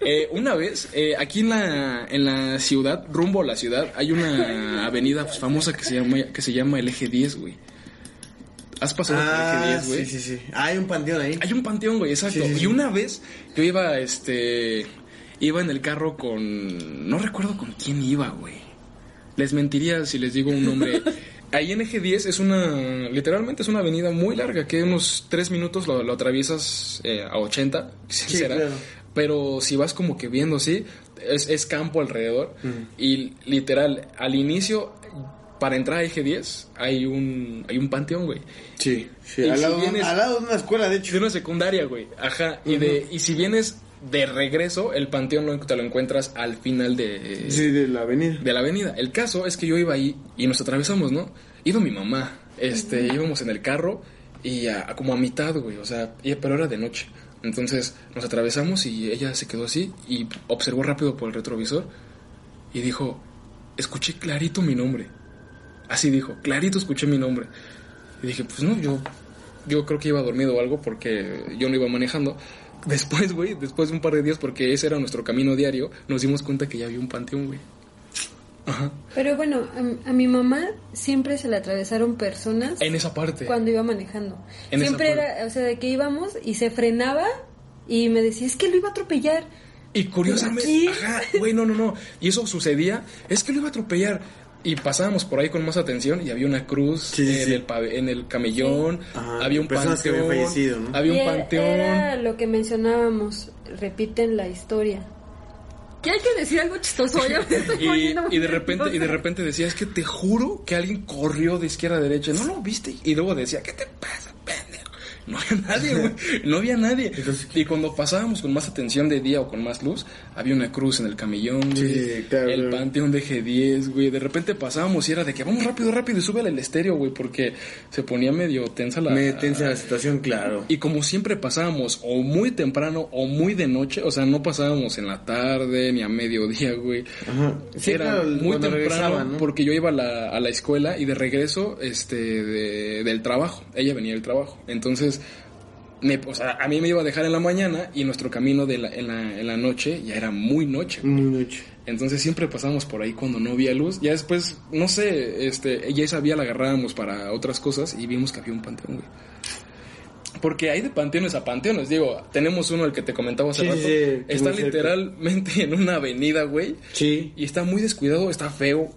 Speaker 1: Eh, una vez, eh, aquí en la, en la ciudad, rumbo a la ciudad, hay una avenida pues, famosa que se llama que se llama el Eje 10, güey. ¿Has pasado por el Eje
Speaker 2: Ah,
Speaker 1: 10, güey?
Speaker 2: sí, sí, sí. Ah, hay un panteón ahí.
Speaker 1: Hay un panteón, güey, exacto.
Speaker 2: Sí, sí, sí.
Speaker 1: Y una vez yo iba, este, iba en el carro con, no recuerdo con quién iba, güey. Les mentiría si les digo un nombre. Ahí en Eje 10 es una, literalmente es una avenida muy larga, que unos 3 minutos lo, lo atraviesas eh, a 80, si
Speaker 2: Sí,
Speaker 1: será.
Speaker 2: claro.
Speaker 1: Pero si vas como que viendo, sí, es, es campo alrededor.
Speaker 2: Mm.
Speaker 1: Y literal, al inicio, para entrar a Eje 10, hay un, hay un panteón, güey.
Speaker 2: Sí, sí.
Speaker 1: Y
Speaker 2: Al,
Speaker 1: si
Speaker 2: lado, de-
Speaker 1: vienes-
Speaker 2: al lado de una escuela, de
Speaker 1: De
Speaker 2: hecho.
Speaker 1: una secundaria, güey. Ajá. Y de y si vienes de regreso, el panteón lo, te lo encuentras al final de,
Speaker 2: Sí, de la avenida.
Speaker 1: de la avenida. El caso es que yo iba ahí y nos atravesamos, ¿no? Iba mi mamá. Este, íbamos en el carro y a- a como a mitad, güey. O sea, y- pero era de noche. Entonces nos atravesamos y ella se quedó así y observó rápido por el retrovisor y dijo, escuché clarito mi nombre. Así dijo, clarito escuché mi nombre. Y dije, pues no, yo, yo creo que iba dormido o algo porque yo no iba manejando. Después, güey, después de un par de días, porque ese era nuestro camino diario, nos dimos cuenta que ya había un panteón, güey. Ajá.
Speaker 3: Pero bueno, a, a mi mamá siempre se le atravesaron personas
Speaker 1: En esa parte.
Speaker 3: cuando iba manejando.
Speaker 1: Este, En esa
Speaker 3: Siempre
Speaker 1: parte.
Speaker 3: era, o sea, de que íbamos y se frenaba y me decía, es que lo iba a atropellar.
Speaker 1: Y curiosamente,
Speaker 3: ¿Aquí?
Speaker 1: ajá, güey, no, no, no. Y eso sucedía, es que lo iba a atropellar. Y pasábamos por ahí con más atención y había una cruz
Speaker 2: Sí, sí,
Speaker 1: en,
Speaker 2: sí.
Speaker 1: El pave- en el camellón,
Speaker 2: Ajá,
Speaker 1: había un
Speaker 2: personas que
Speaker 1: panteón,
Speaker 2: habían fallecido, ¿no?
Speaker 1: había
Speaker 3: Y
Speaker 1: un
Speaker 3: era-
Speaker 1: panteón.
Speaker 3: Era lo que mencionábamos, repiten la historia. Que hay que decir algo chistoso, ya me estoy
Speaker 1: y,
Speaker 3: poniendo muy
Speaker 1: y de repente y de
Speaker 3: nerviosa.
Speaker 1: repente decía es que te juro que alguien corrió de izquierda a derecha no lo viste y luego decía qué te pasa pendejo no había nadie güey. no había nadie
Speaker 2: Entonces, ¿qué?
Speaker 1: y cuando pasábamos con más atención de día o con más luz había una cruz en el camellón güey.
Speaker 2: Sí, sí, claro,
Speaker 1: el
Speaker 2: claro.
Speaker 1: panteón de G10 güey de repente pasábamos y era de que vamos rápido rápido y súbele el estéreo güey porque se ponía medio tensa la
Speaker 2: Me tensa la situación, claro.
Speaker 1: y como siempre pasábamos o muy temprano o muy de noche, o sea, no pasábamos en la tarde ni a mediodía, güey.
Speaker 2: Ajá. Sí,
Speaker 1: era
Speaker 2: claro,
Speaker 1: muy
Speaker 2: cuando
Speaker 1: temprano
Speaker 2: regresaban, ¿no?
Speaker 1: porque yo iba a la, a la escuela y de regreso este de- del trabajo. Ella venía del trabajo. Entonces, me, o sea, a mí me iba a dejar en la mañana y nuestro camino de la- en, la, en la noche ya era muy noche.
Speaker 2: Muy noche.
Speaker 1: Entonces siempre pasábamos por ahí cuando no había luz. Ya después, no sé, este, ya esa vía la agarrábamos para otras cosas y vimos que había un panteón, güey. Porque hay de panteones a panteones, digo, tenemos uno el que te comentaba hace
Speaker 2: Sí,
Speaker 1: rato.
Speaker 2: sí, sí, que
Speaker 1: está
Speaker 2: muy cerca.
Speaker 1: literalmente en una avenida, güey.
Speaker 2: Sí.
Speaker 1: Y está muy descuidado, está feo.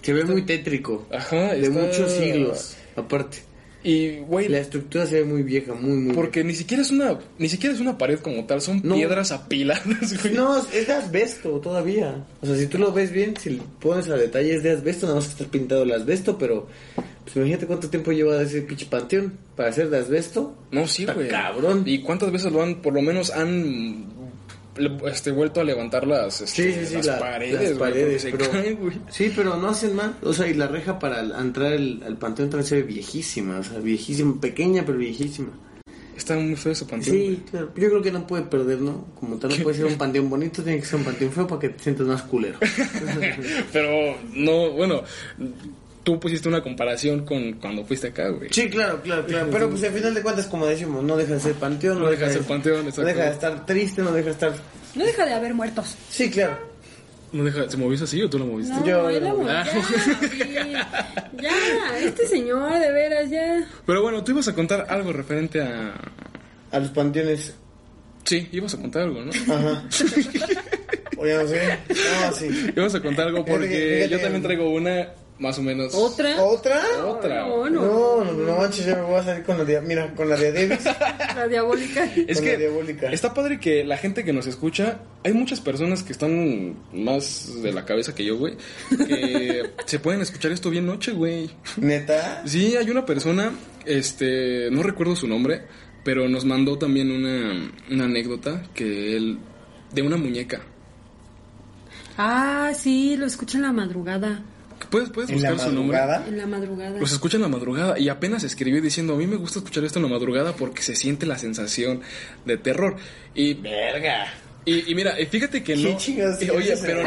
Speaker 2: Se ve muy tétrico.
Speaker 1: Ajá,
Speaker 2: De
Speaker 1: Ah, está-
Speaker 2: muchos siglos, aparte.
Speaker 1: Y, güey,
Speaker 2: La estructura se ve muy vieja, muy, muy
Speaker 1: porque ni siquiera es una, ni siquiera es una pared como tal, son
Speaker 2: No.
Speaker 1: piedras apiladas, güey.
Speaker 2: vieja. No, es de asbesto todavía. O sea, si tú lo ves bien, si lo pones a detalle, es de asbesto. Nada más que está pintado el asbesto, pero... Pues imagínate cuánto tiempo lleva ese pinche panteón para hacer de asbesto.
Speaker 1: No, sí,
Speaker 2: Está
Speaker 1: güey.
Speaker 2: cabrón.
Speaker 1: ¿Y cuántas veces lo han, por lo menos han este, vuelto a levantar las, este,
Speaker 2: Sí, sí, sí,
Speaker 1: las
Speaker 2: la-
Speaker 1: paredes,
Speaker 2: las
Speaker 1: güey, porque
Speaker 2: paredes,
Speaker 1: se
Speaker 2: pero-
Speaker 1: caen, güey.
Speaker 2: Sí, pero no hacen mal. O sea, y la reja para al- entrar al, al panteón también se ve viejísima. O sea, viejísima, pequeña, pero viejísima.
Speaker 1: Está muy feo ese panteón. güey.
Speaker 2: Sí, claro. Yo creo que no puede perder, ¿no? Como tal, no puede ser un panteón bonito, tiene que ser un panteón feo para que te sientas más culero.
Speaker 1: Pero no, bueno, tú pusiste una comparación con cuando fuiste acá, güey.
Speaker 2: Sí, claro, claro, claro. Pero pues al final de cuentas, como decimos, no deja de ser panteón, no,
Speaker 1: No deja de ser panteón,
Speaker 2: no
Speaker 1: exacto.
Speaker 2: deja de estar triste, no deja de estar.
Speaker 3: No deja de haber muertos.
Speaker 2: Sí, claro.
Speaker 1: No deja, ¿Se movió así o tú lo moviste?
Speaker 3: No,
Speaker 2: Yo-
Speaker 3: él la murió.
Speaker 1: Ah.
Speaker 3: Ya, sí. Ya, este señor, de veras, ya.
Speaker 1: Pero bueno, tú ibas a contar algo referente a...
Speaker 2: A los panteones.
Speaker 1: Sí, ibas a contar algo, ¿no?
Speaker 2: Ajá. o ya no sé. No, sí.
Speaker 1: Ibas a contar algo
Speaker 2: Fíjate que-
Speaker 1: porque
Speaker 2: fíjate
Speaker 1: yo
Speaker 2: que-
Speaker 1: también traigo una más o menos...
Speaker 3: ¿Otra?
Speaker 1: Oh.
Speaker 2: ¿Otra?
Speaker 1: Otra.
Speaker 3: No, no,
Speaker 2: No, no, no manches, ya me voy a salir con la dia- Mira, con la de Davis.
Speaker 3: La diabólica.
Speaker 1: Es
Speaker 2: con
Speaker 1: que
Speaker 2: la diabólica.
Speaker 1: está padre que la gente que nos escucha, hay muchas personas que están más de la cabeza que yo, güey, que se pueden escuchar esto bien noche, güey.
Speaker 2: Neta.
Speaker 1: Sí, hay una persona, este, no recuerdo su nombre, pero nos mandó también una, una anécdota que él, de una muñeca.
Speaker 3: Ah, sí, lo escucho en la madrugada.
Speaker 1: ¿Puedes, puedes
Speaker 2: En la
Speaker 1: buscar su nombre?
Speaker 2: madrugada.
Speaker 3: En la madrugada.
Speaker 1: Los escucha en la madrugada y apenas escribió diciendo, a mí me gusta escuchar esto en la madrugada porque se siente la sensación de terror. Y
Speaker 2: Verga.
Speaker 1: Y, y mira, eh, fíjate que
Speaker 2: ¿Qué
Speaker 1: no.
Speaker 2: chingados
Speaker 1: eh, oye,
Speaker 2: tienes?
Speaker 1: pero,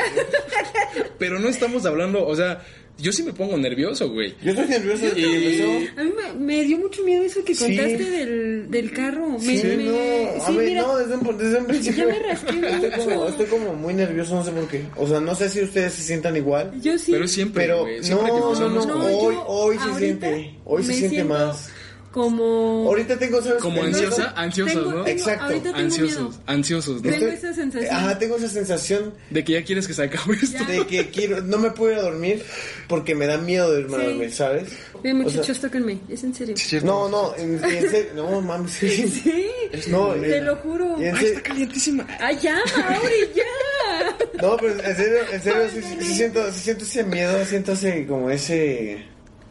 Speaker 1: pero no estamos hablando, o sea, yo sí me pongo nervioso, güey.
Speaker 2: Yo estoy nervioso de
Speaker 1: Y-
Speaker 2: eso.
Speaker 3: A mí me, me dio mucho miedo eso que
Speaker 2: Sí.
Speaker 3: contaste del, del carro. Me,
Speaker 2: Sí,
Speaker 3: me-
Speaker 2: no, a
Speaker 3: sí,
Speaker 2: ver,
Speaker 3: mira,
Speaker 2: no, desde un, desde un principio.
Speaker 3: me rasqué
Speaker 2: estoy,
Speaker 3: mucho.
Speaker 2: como, estoy como muy nervioso, no sé por qué. O sea, no sé si ustedes se sientan igual.
Speaker 3: yo sí.
Speaker 1: Pero siempre,
Speaker 2: Pero
Speaker 1: güey,
Speaker 2: no,
Speaker 1: siempre que
Speaker 2: no,
Speaker 1: pasamos
Speaker 2: no,
Speaker 1: como-
Speaker 3: yo
Speaker 2: hoy, hoy se
Speaker 3: ahorita
Speaker 2: siente, hoy se
Speaker 3: me
Speaker 2: siente
Speaker 3: siento
Speaker 2: más.
Speaker 3: Como.
Speaker 2: Ahorita tengo, ¿sabes?
Speaker 1: Como
Speaker 2: qué?
Speaker 1: ansiosa, ansiosos,
Speaker 3: Tengo-
Speaker 1: ¿no?
Speaker 3: tengo-
Speaker 2: Exacto.
Speaker 3: Ahorita tengo
Speaker 1: Ansiosos,
Speaker 3: miedo.
Speaker 1: ansiosos, ¿no?
Speaker 3: Tengo esa sensación.
Speaker 2: Ajá, tengo esa sensación
Speaker 1: De que ya quieres que se acabe esto.
Speaker 2: de que quiero, no me puedo ir a dormir porque me da miedo de irme
Speaker 3: Sí.
Speaker 2: a dormir, ¿sabes?
Speaker 3: Ven,
Speaker 2: O sea,
Speaker 3: muchachos, tóquenme. Es en serio.
Speaker 1: Sí, cierto.
Speaker 2: no, no, en, en serio, no, mames, sí.
Speaker 3: Sí.
Speaker 2: No,
Speaker 3: Te
Speaker 2: en-
Speaker 3: lo juro.
Speaker 1: Ay,
Speaker 2: en serio-
Speaker 1: está calientísima.
Speaker 3: Ay, ya, Mauri, ya.
Speaker 2: No, pero en serio, en serio, sí, sí- sí siento, sí siento ese miedo, siento ese, como ese,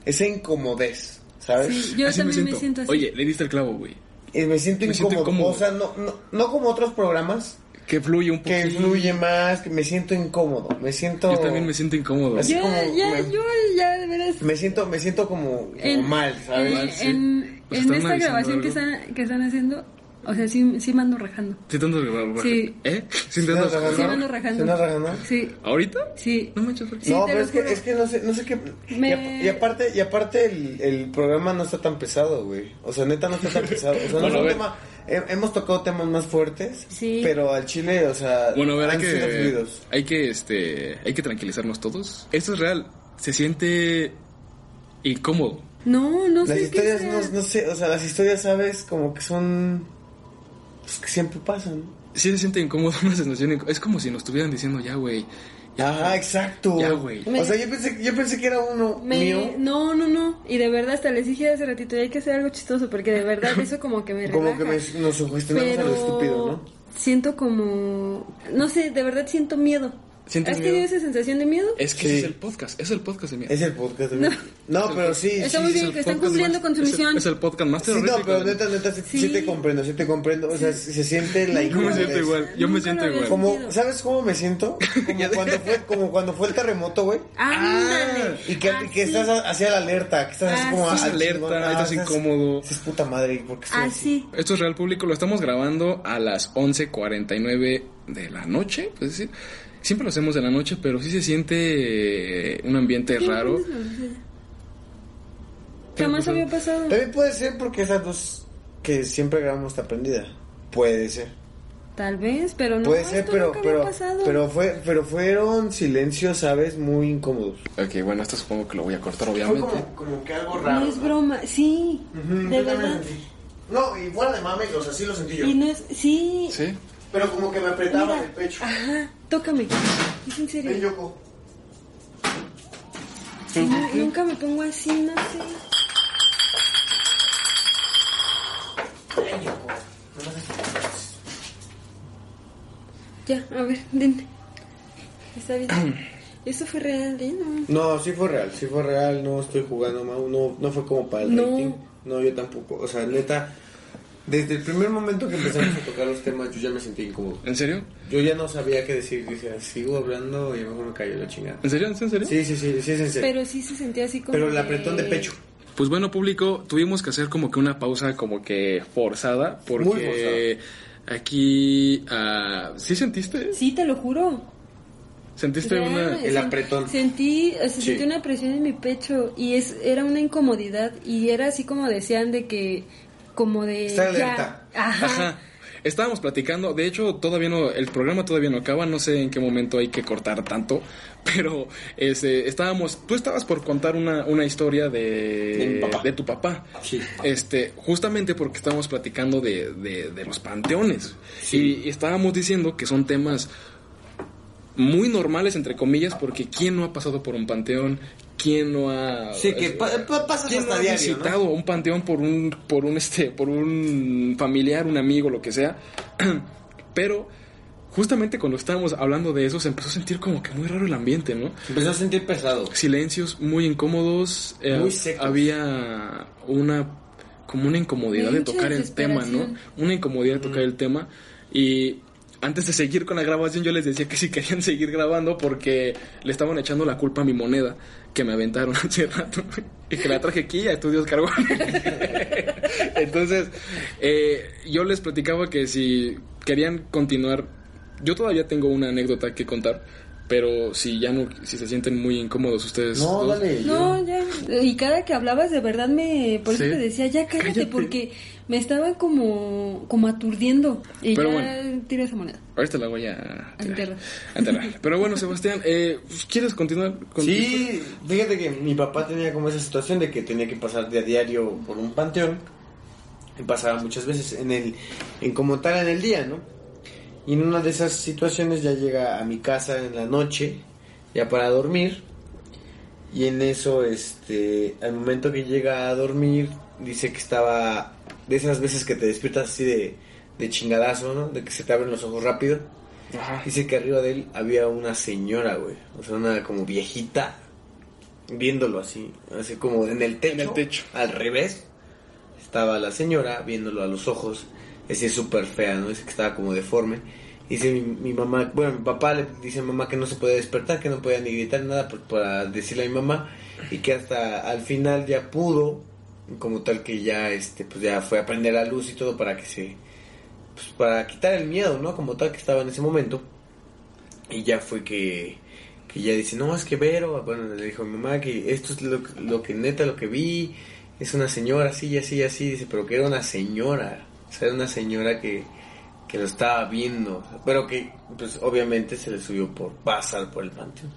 Speaker 2: esa incomodez, ¿sabes?
Speaker 3: Sí, yo
Speaker 1: Así me
Speaker 3: también me
Speaker 1: siento.
Speaker 3: siento así.
Speaker 1: Oye, le diste el clavo, güey.
Speaker 2: Y me siento
Speaker 1: Me siento
Speaker 2: incómodo,
Speaker 1: incómodo.
Speaker 2: o sea, no, no, no como otros programas,
Speaker 1: Que fluye un
Speaker 2: que
Speaker 1: poquito.
Speaker 2: influye más, que me siento incómodo, me siento...
Speaker 1: Yo también me siento incómodo.
Speaker 2: Así-
Speaker 3: ya,
Speaker 2: como-
Speaker 3: ya,
Speaker 2: me-
Speaker 3: yo, ya, de veras.
Speaker 2: Me siento, me siento como, como
Speaker 3: En-
Speaker 2: mal, ¿sabes?
Speaker 3: en-
Speaker 1: Mal, sí.
Speaker 3: En,
Speaker 1: Nos
Speaker 3: en
Speaker 1: están
Speaker 3: esta
Speaker 1: avisando
Speaker 3: grabación
Speaker 1: algo.
Speaker 3: que están, que están haciendo, o sea, sí, sí me ando rajando.
Speaker 1: ¿Sí te andas rajando?
Speaker 3: Sí.
Speaker 1: ¿Eh? ¿Sí te
Speaker 2: ¿Se
Speaker 1: andas
Speaker 2: nos
Speaker 1: rajando?
Speaker 3: Sí me ando rajando.
Speaker 2: ¿Se nos rajando?
Speaker 3: Sí,
Speaker 1: ¿Ahorita?
Speaker 3: sí.
Speaker 1: No manches, ¿por qué?
Speaker 3: Sí,
Speaker 2: no,
Speaker 3: te
Speaker 2: pero
Speaker 3: lo
Speaker 2: es que,
Speaker 3: juro.
Speaker 2: es que no sé, no sé qué...
Speaker 3: Me-
Speaker 2: Y, ap- y aparte, y aparte el, el programa no está tan pesado, güey. O sea, neta no está tan pesado. O sea, no
Speaker 1: Bueno,
Speaker 2: es
Speaker 1: a
Speaker 2: un
Speaker 1: ver.
Speaker 2: tema... he- Hemos tocado temas más fuertes,
Speaker 3: Sí.
Speaker 2: pero al chile, o sea,
Speaker 1: Bueno, a ver, hay
Speaker 2: han sido
Speaker 1: que,
Speaker 2: fluidos.
Speaker 1: hay que, este, hay que tranquilizarnos todos. Esto es real. Se siente incómodo.
Speaker 3: No, no
Speaker 2: Las
Speaker 3: sé qué
Speaker 2: historias,
Speaker 3: sea.
Speaker 2: no, no sé, o sea, las historias, ¿sabes? Como que son... Pues que siempre pasan.
Speaker 1: Sí se siente incómodo, una sensación. inc- Es como si nos estuvieran diciendo, ya, güey. ya,
Speaker 2: Ajá, exacto.
Speaker 1: Ya, güey.
Speaker 2: O sea, yo pensé, yo pensé que era uno
Speaker 3: Me-
Speaker 2: mío.
Speaker 3: no, no, no. Y de verdad, hasta les dije hace ratito, hay que hacer algo chistoso, porque de verdad eso como que me
Speaker 2: Como
Speaker 3: relaja.
Speaker 2: que me- nos sugestionamos a lo estúpido, ¿no?
Speaker 3: siento como... No sé, de verdad siento miedo.
Speaker 1: ¿Sientes
Speaker 3: ¿Has
Speaker 1: miedo?
Speaker 3: tenido esa sensación de miedo?
Speaker 1: Es que
Speaker 2: Sí.
Speaker 1: ese es el podcast, es el podcast de miedo.
Speaker 2: Es el podcast. No, no pero sí. sí,
Speaker 3: Está muy
Speaker 2: sí,
Speaker 3: bien,
Speaker 1: el
Speaker 3: que están
Speaker 1: podcast
Speaker 3: cumpliendo
Speaker 1: más-
Speaker 3: con su
Speaker 1: es el-
Speaker 3: misión.
Speaker 1: Es el podcast más
Speaker 2: Sí, no,
Speaker 1: terrorífico.
Speaker 2: pero
Speaker 1: de-
Speaker 2: neta, neta, sí,
Speaker 3: Sí.
Speaker 2: sí te comprendo, sí te comprendo. O sea, sí se siente la
Speaker 1: Yo me
Speaker 2: incomodidad.
Speaker 1: siento igual, yo me
Speaker 3: Nunca
Speaker 1: siento
Speaker 3: lo había
Speaker 1: igual.
Speaker 3: sentido.
Speaker 2: Como, ¿Sabes cómo me siento? Como cuando fue, como cuando fue el terremoto, güey.
Speaker 3: Ándale.
Speaker 2: Y que, y que
Speaker 3: Así.
Speaker 2: estás a- hacia la alerta, que estás así
Speaker 3: Ah,
Speaker 2: como
Speaker 3: sí.
Speaker 2: ah,
Speaker 1: Estás alerta,
Speaker 2: chingón, ah,
Speaker 1: estás incómodo.
Speaker 2: Es puta madre, porque estoy
Speaker 3: Así.
Speaker 1: Esto es real público, lo estamos grabando a las 11.49 de la noche, es decir, siempre lo hacemos de la noche, pero sí se siente eh, un ambiente raro.
Speaker 2: pues,
Speaker 3: Jamás había pasado.
Speaker 2: También puede ser porque esas dos que siempre grabamos está prendida. Puede ser.
Speaker 3: Tal vez, pero no.
Speaker 2: puede
Speaker 3: esto
Speaker 2: ser, pero
Speaker 3: nunca había
Speaker 2: pero
Speaker 3: pasado.
Speaker 2: pero fue pero fueron silencios, ¿sabes? Muy incómodos.
Speaker 1: Ok, bueno, esto supongo que lo voy a cortar,
Speaker 2: Fue
Speaker 1: obviamente.
Speaker 2: como, como que algo raro.
Speaker 3: No es broma. Sí. de verdad.
Speaker 2: No, y fuera de mames, o sea, sí lo sentí yo.
Speaker 3: Y no es. Sí.
Speaker 1: Sí.
Speaker 2: Pero como que me apretaban
Speaker 3: Mira. Ah,
Speaker 2: el pecho.
Speaker 3: Ajá. Tócame. Es en serio.
Speaker 2: Ven, Yoko.
Speaker 3: Sí, nu- nunca me pongo así, no sé.
Speaker 2: Ven, Yoko. Nomás así.
Speaker 3: Ya, a ver, denle. Está bien. Eso fue real, ¿eh? No.
Speaker 2: No, sí fue real, sí fue real, no estoy jugando, Mau, no, no fue como para el
Speaker 3: No.
Speaker 2: rating. No, yo tampoco, o sea, neta, Desde el primer momento que empezamos a tocar los temas, yo ya me sentí incómodo.
Speaker 1: ¿En serio?
Speaker 2: Yo ya no sabía qué decir. Dije, sigo hablando y a lo mejor me cayó la chingada.
Speaker 1: ¿En serio? ¿En serio?
Speaker 2: Sí, sí, sí, sí, es en serio.
Speaker 3: Pero sí se sentía así como.
Speaker 2: Pero el
Speaker 3: de-
Speaker 2: apretón de pecho.
Speaker 1: Pues bueno, público, tuvimos que hacer como que una pausa como que forzada porque
Speaker 2: Muy forzada.
Speaker 1: aquí ah, ¿sí sentiste?
Speaker 3: Sí, te lo juro.
Speaker 1: ¿Sentiste
Speaker 3: Ya,
Speaker 1: una
Speaker 2: el
Speaker 3: sen-
Speaker 2: apretón.
Speaker 3: Sentí, o sea,
Speaker 2: Sí.
Speaker 3: sentí una presión en mi pecho y es era una incomodidad y era así como decían de que como de
Speaker 2: Estar
Speaker 3: ya,
Speaker 2: alerta.
Speaker 3: ajá.
Speaker 1: Ajá. Estábamos platicando, de hecho todavía no, el programa todavía no acaba, no sé en qué momento hay que cortar tanto, pero este, estábamos, tú estabas por contar una, una historia
Speaker 2: De mi
Speaker 1: de,
Speaker 2: papá.
Speaker 1: de tu papá.
Speaker 2: Sí.
Speaker 1: Este, justamente porque estábamos platicando de, de- de los panteones.
Speaker 2: Sí.
Speaker 1: Y, y estábamos diciendo que son temas muy normales, entre comillas, porque ¿quién no ha pasado por un panteón? ¿Quién no ha...
Speaker 2: Sí, que pa- pa- pasas
Speaker 1: ¿Quién
Speaker 2: hasta
Speaker 1: no ha
Speaker 2: diario, ¿no?
Speaker 1: visitado un panteón por un, por un, este, por un familiar, un amigo, lo que sea? Pero justamente cuando estábamos hablando de eso, se empezó a sentir como que muy raro el ambiente, ¿no?
Speaker 2: Empezó a sentir pesado.
Speaker 1: silencios muy incómodos. eh,
Speaker 2: Muy secos.
Speaker 1: Había una como una incomodidad de
Speaker 3: Mucha
Speaker 1: tocar el tema, ¿no?
Speaker 3: desesperación.
Speaker 1: Una incomodidad de tocar el tema y antes de seguir con la grabación yo les decía que si querían seguir grabando porque le estaban echando la culpa a mi moneda que me aventaron hace rato y que la traje aquí a Estudios Carbón. Entonces, eh, yo les platicaba que si querían continuar, yo todavía tengo una anécdota que contar, pero si ya no, si se sienten muy incómodos ustedes.
Speaker 2: No,
Speaker 1: dos-
Speaker 2: dale.
Speaker 3: No,
Speaker 2: yo-
Speaker 3: ya. Y cada que hablabas, de verdad me. Por
Speaker 1: Sí.
Speaker 3: eso te decía, ya cállate,
Speaker 1: Cállate.
Speaker 3: porque me estaba como, como aturdiendo. Y
Speaker 1: Pero
Speaker 3: ya
Speaker 1: bueno.
Speaker 3: tiré esa moneda.
Speaker 1: Ahorita la voy a tirar.
Speaker 3: enterrar.
Speaker 1: A enterrar. Pero bueno, Sebastián, eh, ¿quieres continuar? con tu historia?
Speaker 2: Sí, fíjate que mi papá tenía como esa situación de que tenía que pasar de a diario por un panteón. Y pasaba muchas veces en el, en como tal en el día, ¿no? Y en una de esas situaciones ya llega a mi casa en la noche, ya para dormir. Y en eso, este, al momento que llega a dormir, dice que estaba de esas veces que te despiertas así de, de chingadazo, ¿no? De que se te abren los ojos rápido.
Speaker 1: Ajá.
Speaker 2: Dice que arriba de él había una señora, güey. O sea, una como viejita. Viéndolo así. Así como en el techo.
Speaker 1: En el techo.
Speaker 2: Al revés. Estaba la señora viéndolo a los ojos. Así súper fea, ¿no? Dice que estaba como deforme. Dice mi, mi mamá, bueno, mi papá le dice a mamá que no se podía despertar, que no podía ni gritar nada por- para decirle a mi mamá. Y que hasta al final ya pudo. Como tal que ya, este, pues ya fue a prender la luz y todo para que se pues, para quitar el miedo, ¿no? Como tal que estaba en ese momento. Y ya fue que, que ya dice, no, es que Vero, bueno, le dijo a mi mamá que esto es lo, lo que neta, lo que vi, es una señora, así, y así, y así, dice, pero que era una señora, o sea, era una señora que, que lo estaba viendo, o sea, pero que, pues, obviamente se le subió por pasar por el panteón.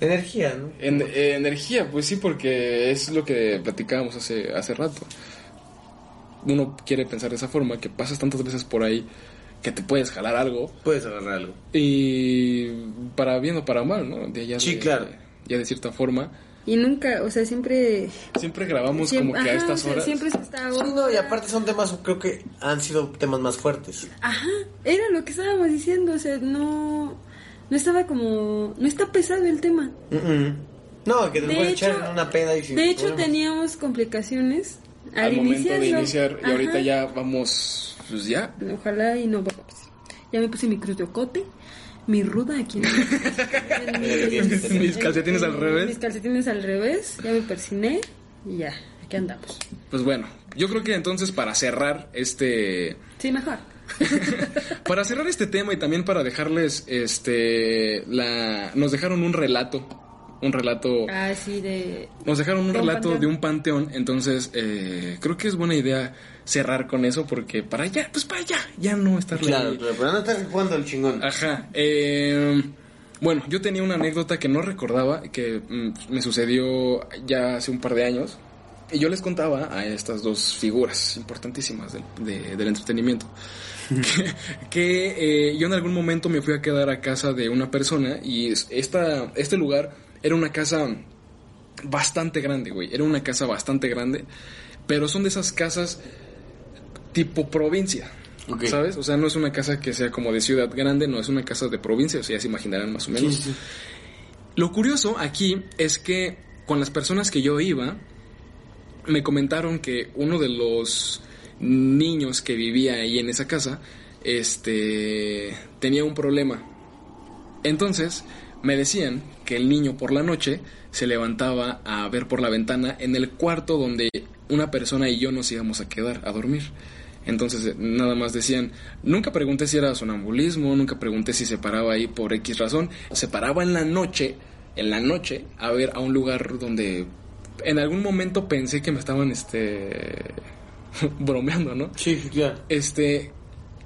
Speaker 2: Energía, ¿no?
Speaker 1: En- eh, energía, pues sí, porque es lo que platicábamos hace, hace rato. Uno quiere pensar de esa forma, que pasas tantas veces por ahí que te puedes jalar algo
Speaker 2: Puedes agarrar algo.
Speaker 1: y para bien o para mal, ¿no? De- ya
Speaker 2: Sí,
Speaker 1: de-
Speaker 2: claro.
Speaker 1: Ya de cierta forma.
Speaker 3: Y nunca, o sea, siempre.
Speaker 1: Siempre grabamos
Speaker 3: siempre-
Speaker 1: como que a
Speaker 3: ajá,
Speaker 1: estas
Speaker 3: o sea,
Speaker 1: horas.
Speaker 3: siempre se estaba.
Speaker 2: Sí, no, y aparte son temas, creo que han sido temas más fuertes.
Speaker 3: Ajá, era lo que estábamos diciendo, o sea, no. No estaba como. No está pesado el tema.
Speaker 2: Mm-mm. No, que te lo
Speaker 3: De
Speaker 2: puedes
Speaker 3: hecho,
Speaker 2: echar en una peda y sin
Speaker 3: de hecho
Speaker 2: problemas.
Speaker 3: teníamos complicaciones al,
Speaker 1: al, momento
Speaker 3: iniciarlo.
Speaker 1: de iniciar y
Speaker 3: Ajá.
Speaker 1: ahorita ya vamos, pues ya.
Speaker 3: Ojalá y no. bueno, pues, ya me puse mi cruz de ocote, mi ruda aquí en en
Speaker 2: Mis-
Speaker 1: mis calcetines al revés.
Speaker 3: Mis calcetines al revés, ya me persiné y ya, aquí andamos.
Speaker 1: Pues bueno, yo creo que entonces para cerrar este
Speaker 3: Sí, mejor.
Speaker 1: para cerrar este tema y también para dejarles este la nos dejaron un relato, un relato
Speaker 3: Ah, sí, de...
Speaker 1: nos dejaron un
Speaker 3: De un
Speaker 1: relato
Speaker 3: panteón.
Speaker 1: de un panteón, entonces eh, creo que es buena idea cerrar con eso porque para allá, pues para allá, ya no estarle
Speaker 2: Claro, claro, pero no estás jugando el chingón.
Speaker 3: Ah,
Speaker 1: Ajá. eh, bueno, yo tenía una anécdota que no recordaba, que mm, me sucedió ya hace un par de años. Y yo les contaba a estas dos figuras importantísimas del, de- del entretenimiento que, que, eh, yo en algún momento me fui a quedar a casa de una persona y es- esta, este lugar era una casa bastante grande, güey. Era una casa bastante grande, pero son de esas casas tipo provincia.
Speaker 2: Ok.
Speaker 1: ¿Sabes? O sea, no es una casa que sea como de ciudad grande, no es una casa de provincia, o sea, ya se imaginarán más o menos. Lo curioso aquí es que con las personas que yo iba, me comentaron que uno de los niños que vivía ahí en esa casa, este, tenía un problema. Entonces, me decían que el niño por la noche se levantaba a ver por la ventana en el cuarto donde una persona y yo nos íbamos a quedar a dormir. Entonces eh, nada más decían, nunca pregunté si era sonambulismo, nunca pregunté si se paraba ahí por X razón, se paraba en la noche, en la noche, a ver a un lugar donde en algún momento pensé que me estaban, este, bromeando, ¿no?
Speaker 2: Sí, sí, claro.
Speaker 1: Este,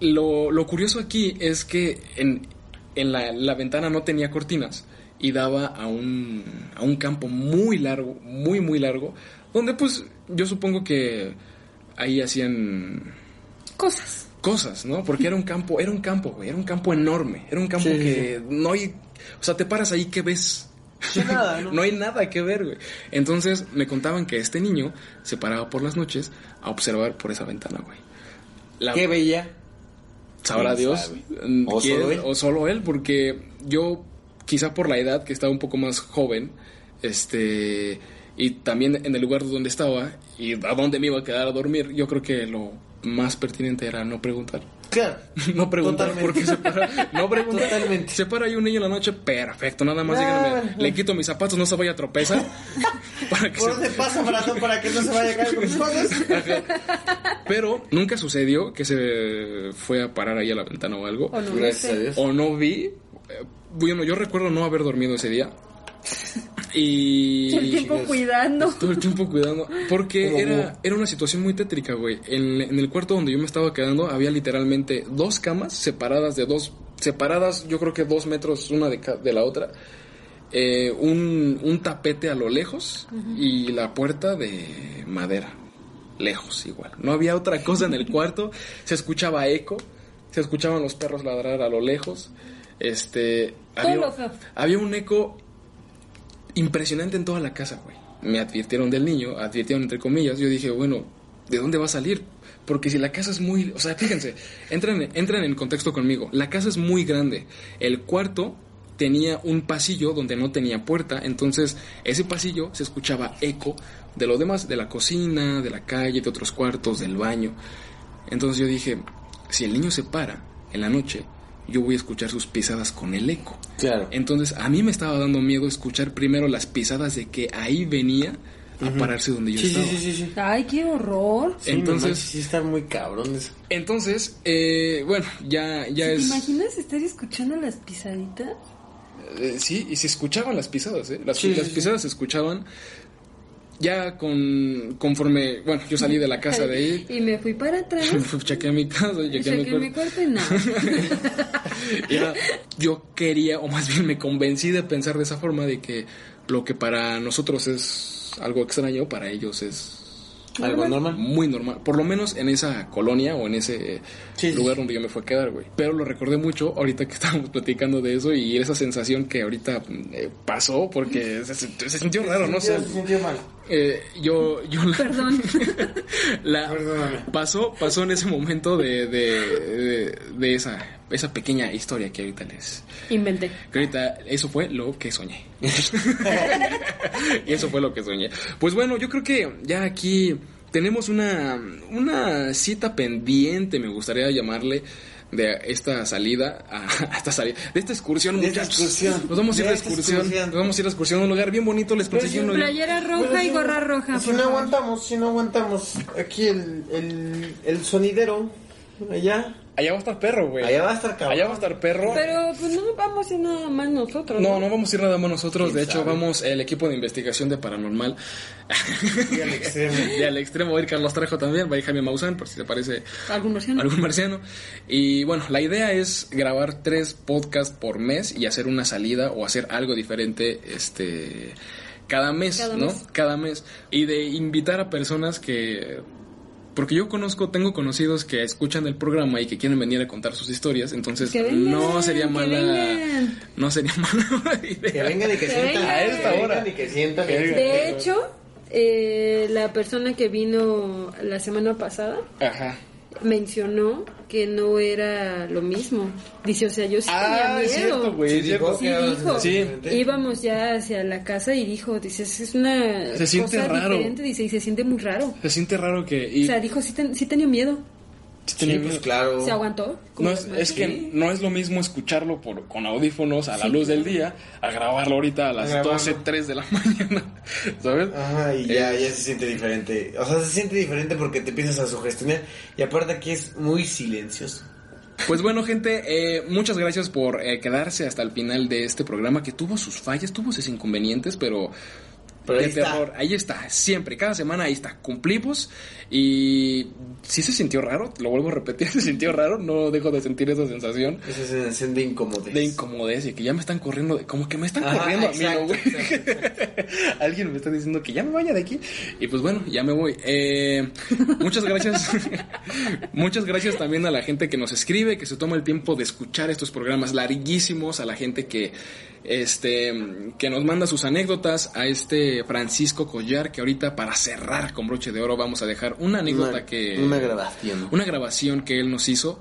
Speaker 1: lo, lo curioso aquí es que en, en la, la ventana no tenía cortinas y daba a un, a un campo muy largo, muy, muy largo, donde pues yo supongo que ahí hacían
Speaker 3: Cosas.
Speaker 1: cosas, ¿no? Porque era un campo, era un campo, güey, era un campo enorme, era un campo
Speaker 2: Sí, sí,
Speaker 1: que no hay, o sea, te paras ahí, ¿qué ves?
Speaker 2: Sí, nada, ¿no?
Speaker 1: No hay nada que ver, güey. Entonces me contaban que este niño se paraba por las noches a observar por esa ventana, güey. La-
Speaker 2: ¿Qué veía?
Speaker 1: sabrá
Speaker 2: ¿Quién
Speaker 1: Dios
Speaker 2: sabe?
Speaker 1: mm,
Speaker 2: O
Speaker 1: quién,
Speaker 2: solo él.
Speaker 1: o solo él, porque yo quizá por la edad que estaba un poco más joven, este y también en el lugar donde estaba y a dónde me iba a quedar a dormir, yo creo que lo más pertinente era no preguntar.
Speaker 2: Claro.
Speaker 1: No preguntar
Speaker 2: Totalmente.
Speaker 1: por qué se para. No preguntar.
Speaker 2: Totalmente.
Speaker 1: Se para ahí un niño en la noche, perfecto. Nada más
Speaker 2: Ah,
Speaker 1: díganme,
Speaker 2: bueno.
Speaker 1: le quito mis zapatos, no se vaya a tropezar. para que
Speaker 2: ¿Por
Speaker 1: se-
Speaker 2: dónde pasa maratón para que no se vaya a caer con sus cosas?
Speaker 1: Pero nunca sucedió que se fue a parar ahí a la ventana o algo.
Speaker 3: O no,
Speaker 2: Gracias
Speaker 3: no
Speaker 2: a
Speaker 3: sé.
Speaker 2: Dios.
Speaker 1: o no vi. eh, Bueno, yo recuerdo no haber dormido ese día. Y.
Speaker 3: Todo el tiempo
Speaker 2: Dios.
Speaker 3: cuidando.
Speaker 1: Todo el tiempo cuidando. Porque
Speaker 2: Como
Speaker 1: era,
Speaker 2: búho.
Speaker 1: era una situación muy tétrica, güey. En, en el cuarto donde yo me estaba quedando había literalmente dos camas separadas de dos. Separadas, yo creo que dos metros una de, ca- de la otra. Eh, un, un tapete a lo lejos y la puerta de madera. Lejos igual. No había otra cosa en el cuarto. Se escuchaba eco. Se escuchaban los perros ladrar a lo lejos. Este.
Speaker 3: Todo
Speaker 1: había-
Speaker 3: lo feo.
Speaker 1: había un eco impresionante en toda la casa, güey. Me advirtieron del niño, advirtieron entre comillas. Yo dije, bueno, ¿de dónde va a salir? Porque si la casa es muy... O sea, fíjense, entren, entren en contexto conmigo. La casa es muy grande. El cuarto tenía un pasillo donde no tenía puerta, entonces ese pasillo se escuchaba eco de lo demás, de la cocina, de la calle, de otros cuartos, del baño. Entonces yo dije, si el niño se para en la noche, yo voy a escuchar sus pisadas con el eco.
Speaker 2: Claro.
Speaker 1: Entonces a mí me estaba dando miedo escuchar primero las pisadas de que ahí venía a pararse donde yo
Speaker 2: Sí, sí,
Speaker 1: estaba.
Speaker 2: sí, sí, sí.
Speaker 3: Ay, qué horror.
Speaker 2: Sí,
Speaker 1: Entonces-
Speaker 2: no manches, sí está muy cabrón eso.
Speaker 1: Entonces, eh, bueno, ya, ya
Speaker 3: ¿Sí ¿Te
Speaker 1: es...
Speaker 3: imaginas estar escuchando las pisaditas?
Speaker 1: Eh, sí, y se escuchaban las pisadas, ¿eh? Las,
Speaker 2: Sí,
Speaker 1: las
Speaker 2: sí, sí.
Speaker 1: pisadas se escuchaban ya con conforme... Bueno, yo salí de la casa de ahí.
Speaker 3: Y me fui para atrás.
Speaker 1: Chequé mi casa, chequé mi
Speaker 3: Saqué
Speaker 1: cuarto.
Speaker 3: mi cuarto y nada.
Speaker 1: Era- yo quería, o más bien me convencí de pensar de esa forma, de que lo que para nosotros es algo extraño, para ellos es
Speaker 2: ¿Algo normal?
Speaker 1: muy normal. Por lo menos en esa colonia o en ese eh,
Speaker 2: Sí, sí,
Speaker 1: lugar
Speaker 2: sí.
Speaker 1: donde yo me fui a quedar, güey. Pero lo recordé mucho ahorita que estábamos platicando de eso y esa sensación que ahorita eh, pasó porque se, se- se sintió raro, no sé.
Speaker 2: Se sintió mal.
Speaker 1: Eh, yo, yo la-
Speaker 3: Perdón.
Speaker 1: la-
Speaker 2: Perdóname.
Speaker 1: pasó, pasó en ese momento de, de, de- de esa, esa pequeña historia que ahorita les,
Speaker 3: Inventé.
Speaker 1: que ahorita eso fue lo que soñé. y eso fue lo que soñé. Pues bueno, yo creo que ya aquí tenemos una, una cita pendiente, me gustaría llamarle, de esta salida, a, a esta salida, de esta excursión,
Speaker 2: De esta
Speaker 1: muchachos.
Speaker 2: excursión.
Speaker 1: Nos vamos a ir
Speaker 2: De
Speaker 1: de
Speaker 2: esta
Speaker 1: excursión.
Speaker 2: excursión.
Speaker 1: Nos vamos a ir a excursión a un lugar bien bonito, les conseguí
Speaker 2: sin
Speaker 1: uno.
Speaker 3: Playera
Speaker 2: Bueno,
Speaker 3: roja y
Speaker 2: sí,
Speaker 3: gorra roja.
Speaker 2: Si
Speaker 3: por
Speaker 2: no
Speaker 3: favor.
Speaker 2: aguantamos, si no aguantamos. Aquí el, el, el sonidero, allá.
Speaker 1: Allá va a estar perro, güey.
Speaker 2: Allá va a estar cabrón.
Speaker 1: Allá va a estar perro.
Speaker 3: Pero pues no vamos a ir nada más nosotros.
Speaker 1: No, no vamos a ir nada más nosotros.
Speaker 2: ¿Quién
Speaker 1: De hecho,
Speaker 2: sabe?
Speaker 1: vamos el equipo de investigación de paranormal.
Speaker 2: Y al extremo.
Speaker 1: Y al extremo va a ir Carlos Trejo también, va a ir Jaime Maussan, por si te parece
Speaker 3: Algún versión.
Speaker 1: algún marciano. Y bueno, la idea es grabar tres podcasts por mes y hacer una salida o hacer algo diferente este cada mes,
Speaker 3: Cada
Speaker 1: ¿no?
Speaker 3: mes.
Speaker 1: Cada mes. Y de invitar a personas que... Porque yo conozco, tengo conocidos que escuchan el programa y que quieren venir a contar sus historias, entonces
Speaker 3: Que vengan,
Speaker 1: no sería
Speaker 3: que
Speaker 1: mala...
Speaker 3: vengan.
Speaker 1: No sería mala
Speaker 2: Que
Speaker 1: idea.
Speaker 2: vengan y que
Speaker 3: Que
Speaker 2: sientan.
Speaker 3: vengan. A
Speaker 1: esta
Speaker 2: Que
Speaker 1: hora.
Speaker 2: vengan y que sientan.
Speaker 1: Que vengan.
Speaker 3: De hecho, eh, la persona que vino la semana pasada
Speaker 1: Ajá.
Speaker 3: mencionó que no era lo mismo. Dice, o sea, yo sí tenía
Speaker 2: Ah,
Speaker 3: miedo.
Speaker 2: es cierto, güey.
Speaker 1: Sí,
Speaker 2: es cierto.
Speaker 1: dijo.
Speaker 3: Sí, dijo.
Speaker 1: Sí.
Speaker 3: Íbamos ya hacia la casa y dijo, dice, "Es- es una
Speaker 1: Se siente
Speaker 3: cosa
Speaker 1: raro.
Speaker 3: diferente, dice, y se siente muy raro.
Speaker 1: Se siente raro que... y-
Speaker 3: O sea, dijo, sí, ten- sí tenía miedo.
Speaker 1: sí
Speaker 2: Sí,
Speaker 1: tenía
Speaker 2: pues
Speaker 1: miedo.
Speaker 2: claro.
Speaker 3: Se aguantó. como
Speaker 1: No es,
Speaker 3: demás.
Speaker 1: es que no es lo mismo escucharlo por, con audífonos a la luz del día a grabarlo Ah. ahorita a las
Speaker 2: grabarlo.
Speaker 1: 12, 3 de la mañana, ¿sabes?
Speaker 2: Ajá,
Speaker 1: Eh,
Speaker 2: y ya, ya se siente diferente. O sea, se siente diferente porque te empiezas a sugestionar. Y aparte aquí es muy silencioso.
Speaker 1: Pues bueno, gente, eh, muchas gracias por eh, quedarse hasta el final de este programa que tuvo sus fallas, tuvo sus inconvenientes, pero...
Speaker 2: Pero
Speaker 1: de
Speaker 2: ahí está.
Speaker 1: terror, ahí está, siempre, cada semana ahí está, cumplimos y sí se sintió raro, lo vuelvo a repetir, se sintió raro, no dejo de sentir esa sensación
Speaker 2: Esa sensación de incomodidad.
Speaker 1: de incomodez y que ya me están corriendo, de- como que me están
Speaker 2: Ajá,
Speaker 1: corriendo a mí, ¿no,
Speaker 2: exacto,
Speaker 1: güey?
Speaker 2: exacto.
Speaker 1: Alguien me está diciendo que ya me vaya de aquí. Y pues bueno, ya me voy. Eh, muchas gracias. muchas gracias también a la gente que nos escribe, que se toma el tiempo de escuchar estos programas larguísimos, a la gente que este que nos manda sus anécdotas, a este Francisco Collar, que ahorita para cerrar con broche de oro vamos a dejar una anécdota
Speaker 2: Una-
Speaker 1: que
Speaker 2: Una grabación.
Speaker 1: una grabación que él nos hizo.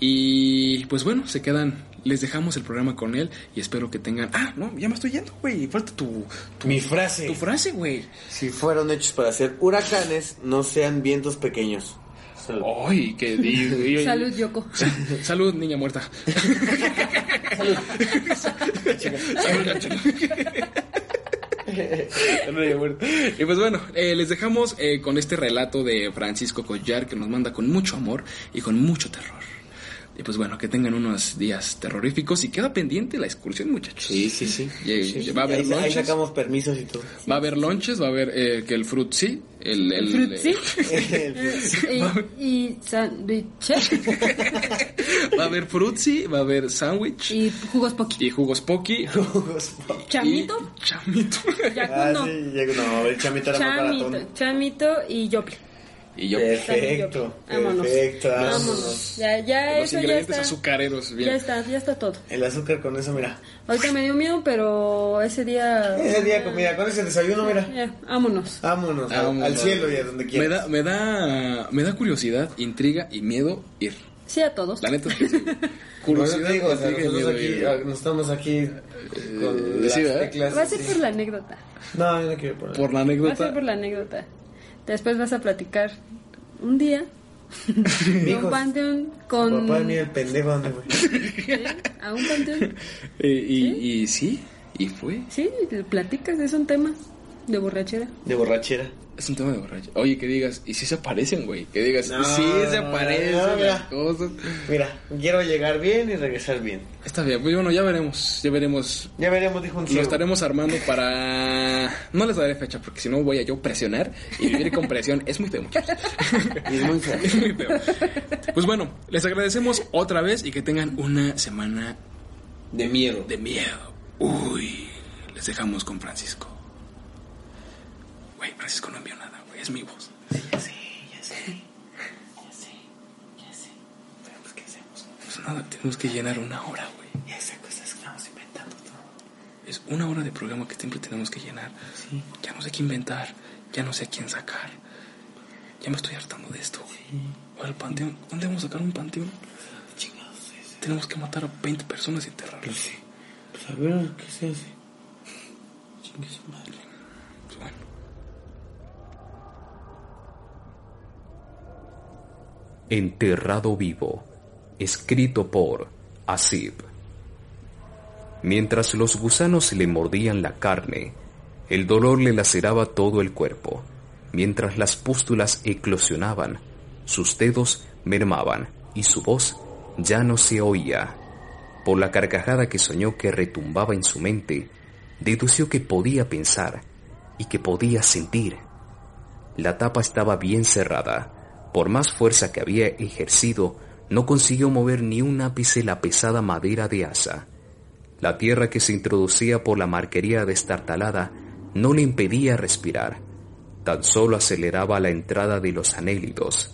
Speaker 1: Y pues bueno, se quedan. Les dejamos el programa con él y espero que tengan. Ah, no, ya me estoy yendo, güey. Falta tu, tu,
Speaker 2: Mi frase.
Speaker 1: tu frase, güey.
Speaker 2: Si fueron hechos para ser huracanes, no sean vientos pequeños. Salud.
Speaker 1: Ay, qué di- y-
Speaker 3: Salud, Yoko.
Speaker 1: Salud, niña muerta. Y pues bueno, eh, les dejamos eh, con este relato de Francisco Collar que nos manda con mucho amor y con mucho terror. Y pues bueno, que tengan unos días terroríficos y queda pendiente la excursión, muchachos.
Speaker 2: Sí, sí, sí.
Speaker 1: Y-
Speaker 2: Sí,
Speaker 1: y
Speaker 2: sí.
Speaker 1: va a haber
Speaker 2: ahí, sa- ahí
Speaker 1: lonches.
Speaker 2: sacamos permisos y todo.
Speaker 1: va a haber lonches, va a haber eh, que el fruit sí, el, el-
Speaker 3: Fruit, sí. y, y sándwiches
Speaker 1: va a haber frutzi, va a haber sándwich
Speaker 3: y jugos poquito.
Speaker 1: y jugos pocky.
Speaker 3: Chamito,
Speaker 1: y chamito.
Speaker 2: Ah,
Speaker 3: Yacuno,
Speaker 2: sí, ya- no, el chamito era más baratón.
Speaker 3: Chamito, Chamito y Yopi.
Speaker 1: Y yo.
Speaker 2: Perfecto,
Speaker 3: Vámonos.
Speaker 2: perfecto. vámonos.
Speaker 3: Vámonos. Ya, ya
Speaker 1: Los
Speaker 3: eso ya
Speaker 1: ingredientes
Speaker 3: está.
Speaker 1: azucareros. Bien.
Speaker 3: Ya está, ya está todo.
Speaker 2: El azúcar con eso, mira.
Speaker 3: Ahorita me dio miedo, pero ese día.
Speaker 2: Ese día comida, con ese desayuno, mira.
Speaker 3: Ya, vámonos.
Speaker 2: Vámonos, al-
Speaker 1: Vámonos.
Speaker 2: al cielo y a donde
Speaker 1: Me
Speaker 2: quieras.
Speaker 1: da, Ah, me da, me da curiosidad, intriga y miedo ir.
Speaker 3: Sí, a todos.
Speaker 1: La neta es que sí.
Speaker 2: No, yo
Speaker 1: Curiosidad,
Speaker 2: te digo, o sea,
Speaker 1: intriga y
Speaker 2: nosotros
Speaker 1: miedo
Speaker 2: aquí,
Speaker 1: ir.
Speaker 2: ah, nos estamos aquí
Speaker 1: Eh,
Speaker 2: con las
Speaker 1: sí, ¿verdad?
Speaker 2: teclas.
Speaker 3: Va a ser
Speaker 2: sí.
Speaker 3: por la anécdota.
Speaker 2: No, yo no quiero poner.
Speaker 1: Por la
Speaker 3: Va a ser
Speaker 1: anécdota.
Speaker 2: Ah,
Speaker 3: por la anécdota. Después vas a platicar un día de
Speaker 2: Hijos,
Speaker 3: un panteón
Speaker 2: tu
Speaker 3: con.
Speaker 2: Papá mira el pendejo, ¿dónde, güey?
Speaker 3: ¿Sí? A un panteón.
Speaker 1: eh, y, y sí, y fue.
Speaker 3: Sí, platicas, es un tema de borrachera.
Speaker 2: De borrachera.
Speaker 1: Es un tema de borracho. Oye, que digas, y si se aparecen, güey. Que digas,
Speaker 2: No,
Speaker 1: sí se
Speaker 2: no,
Speaker 1: aparecen
Speaker 2: no, mira.
Speaker 1: las cosas.
Speaker 2: Mira, quiero llegar bien y regresar bien.
Speaker 1: Está bien, pues bueno, ya veremos. Ya veremos.
Speaker 2: Ya veremos, dijo un
Speaker 1: Lo
Speaker 2: ciego.
Speaker 1: estaremos armando para. No les daré fecha porque si no voy a yo presionar y vivir con presión es muy feo, muchachos.
Speaker 2: Y es muy feo.
Speaker 1: Es muy feo. Pues bueno, les agradecemos otra vez y que tengan una semana
Speaker 2: De miedo.
Speaker 1: de miedo. Uy, les dejamos con Francisco. Güey, Francisco no envió nada, güey, es mi voz. ya sé, ya sé. Ya sé, ya sé. Pero pues, ¿qué hacemos? Pues nada, tenemos que llenar una hora, güey. Y esa cosa es que estamos inventando todo. Es una hora de programa que siempre tenemos que llenar. Sí. Ya no sé qué inventar, ya no sé a quién sacar. Ya me estoy hartando de esto, güey. O el panteón. ¿Dónde vamos a sacar un panteón? Tenemos que matar a 20 personas y enterrarlas.
Speaker 2: Pues a ver, ¿qué se hace? Chingue su madre.
Speaker 1: Pues bueno.
Speaker 4: Enterrado vivo, escrito por Asib. Mientras los gusanos le mordían la carne, el dolor le laceraba todo el cuerpo. Mientras las pústulas eclosionaban, sus dedos mermaban y su voz ya no se oía. Por la carcajada que soñó que retumbaba en su mente, dedució que podía pensar y que podía sentir. La tapa estaba bien cerrada. Por más fuerza que había ejercido, no consiguió mover ni un ápice la pesada madera de asa. La tierra que se introducía por la marquería destartalada no le impedía respirar, tan solo aceleraba la entrada de los anélidos.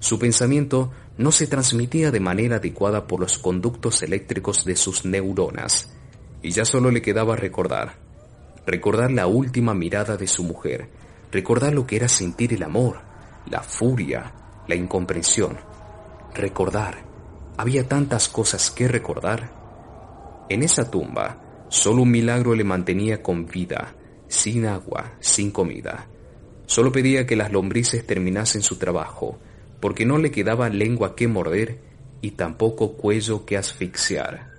Speaker 4: Su pensamiento no se transmitía de manera adecuada por los conductos eléctricos de sus neuronas, y ya solo le quedaba recordar, recordar la última mirada de su mujer, recordar lo que era sentir el amor, la furia, la incomprensión, recordar. Había tantas cosas que recordar. En esa tumba, solo un milagro le mantenía con vida, sin agua, sin comida. Solo pedía que las lombrices terminasen su trabajo, porque no le quedaba lengua que morder y tampoco cuello que asfixiar.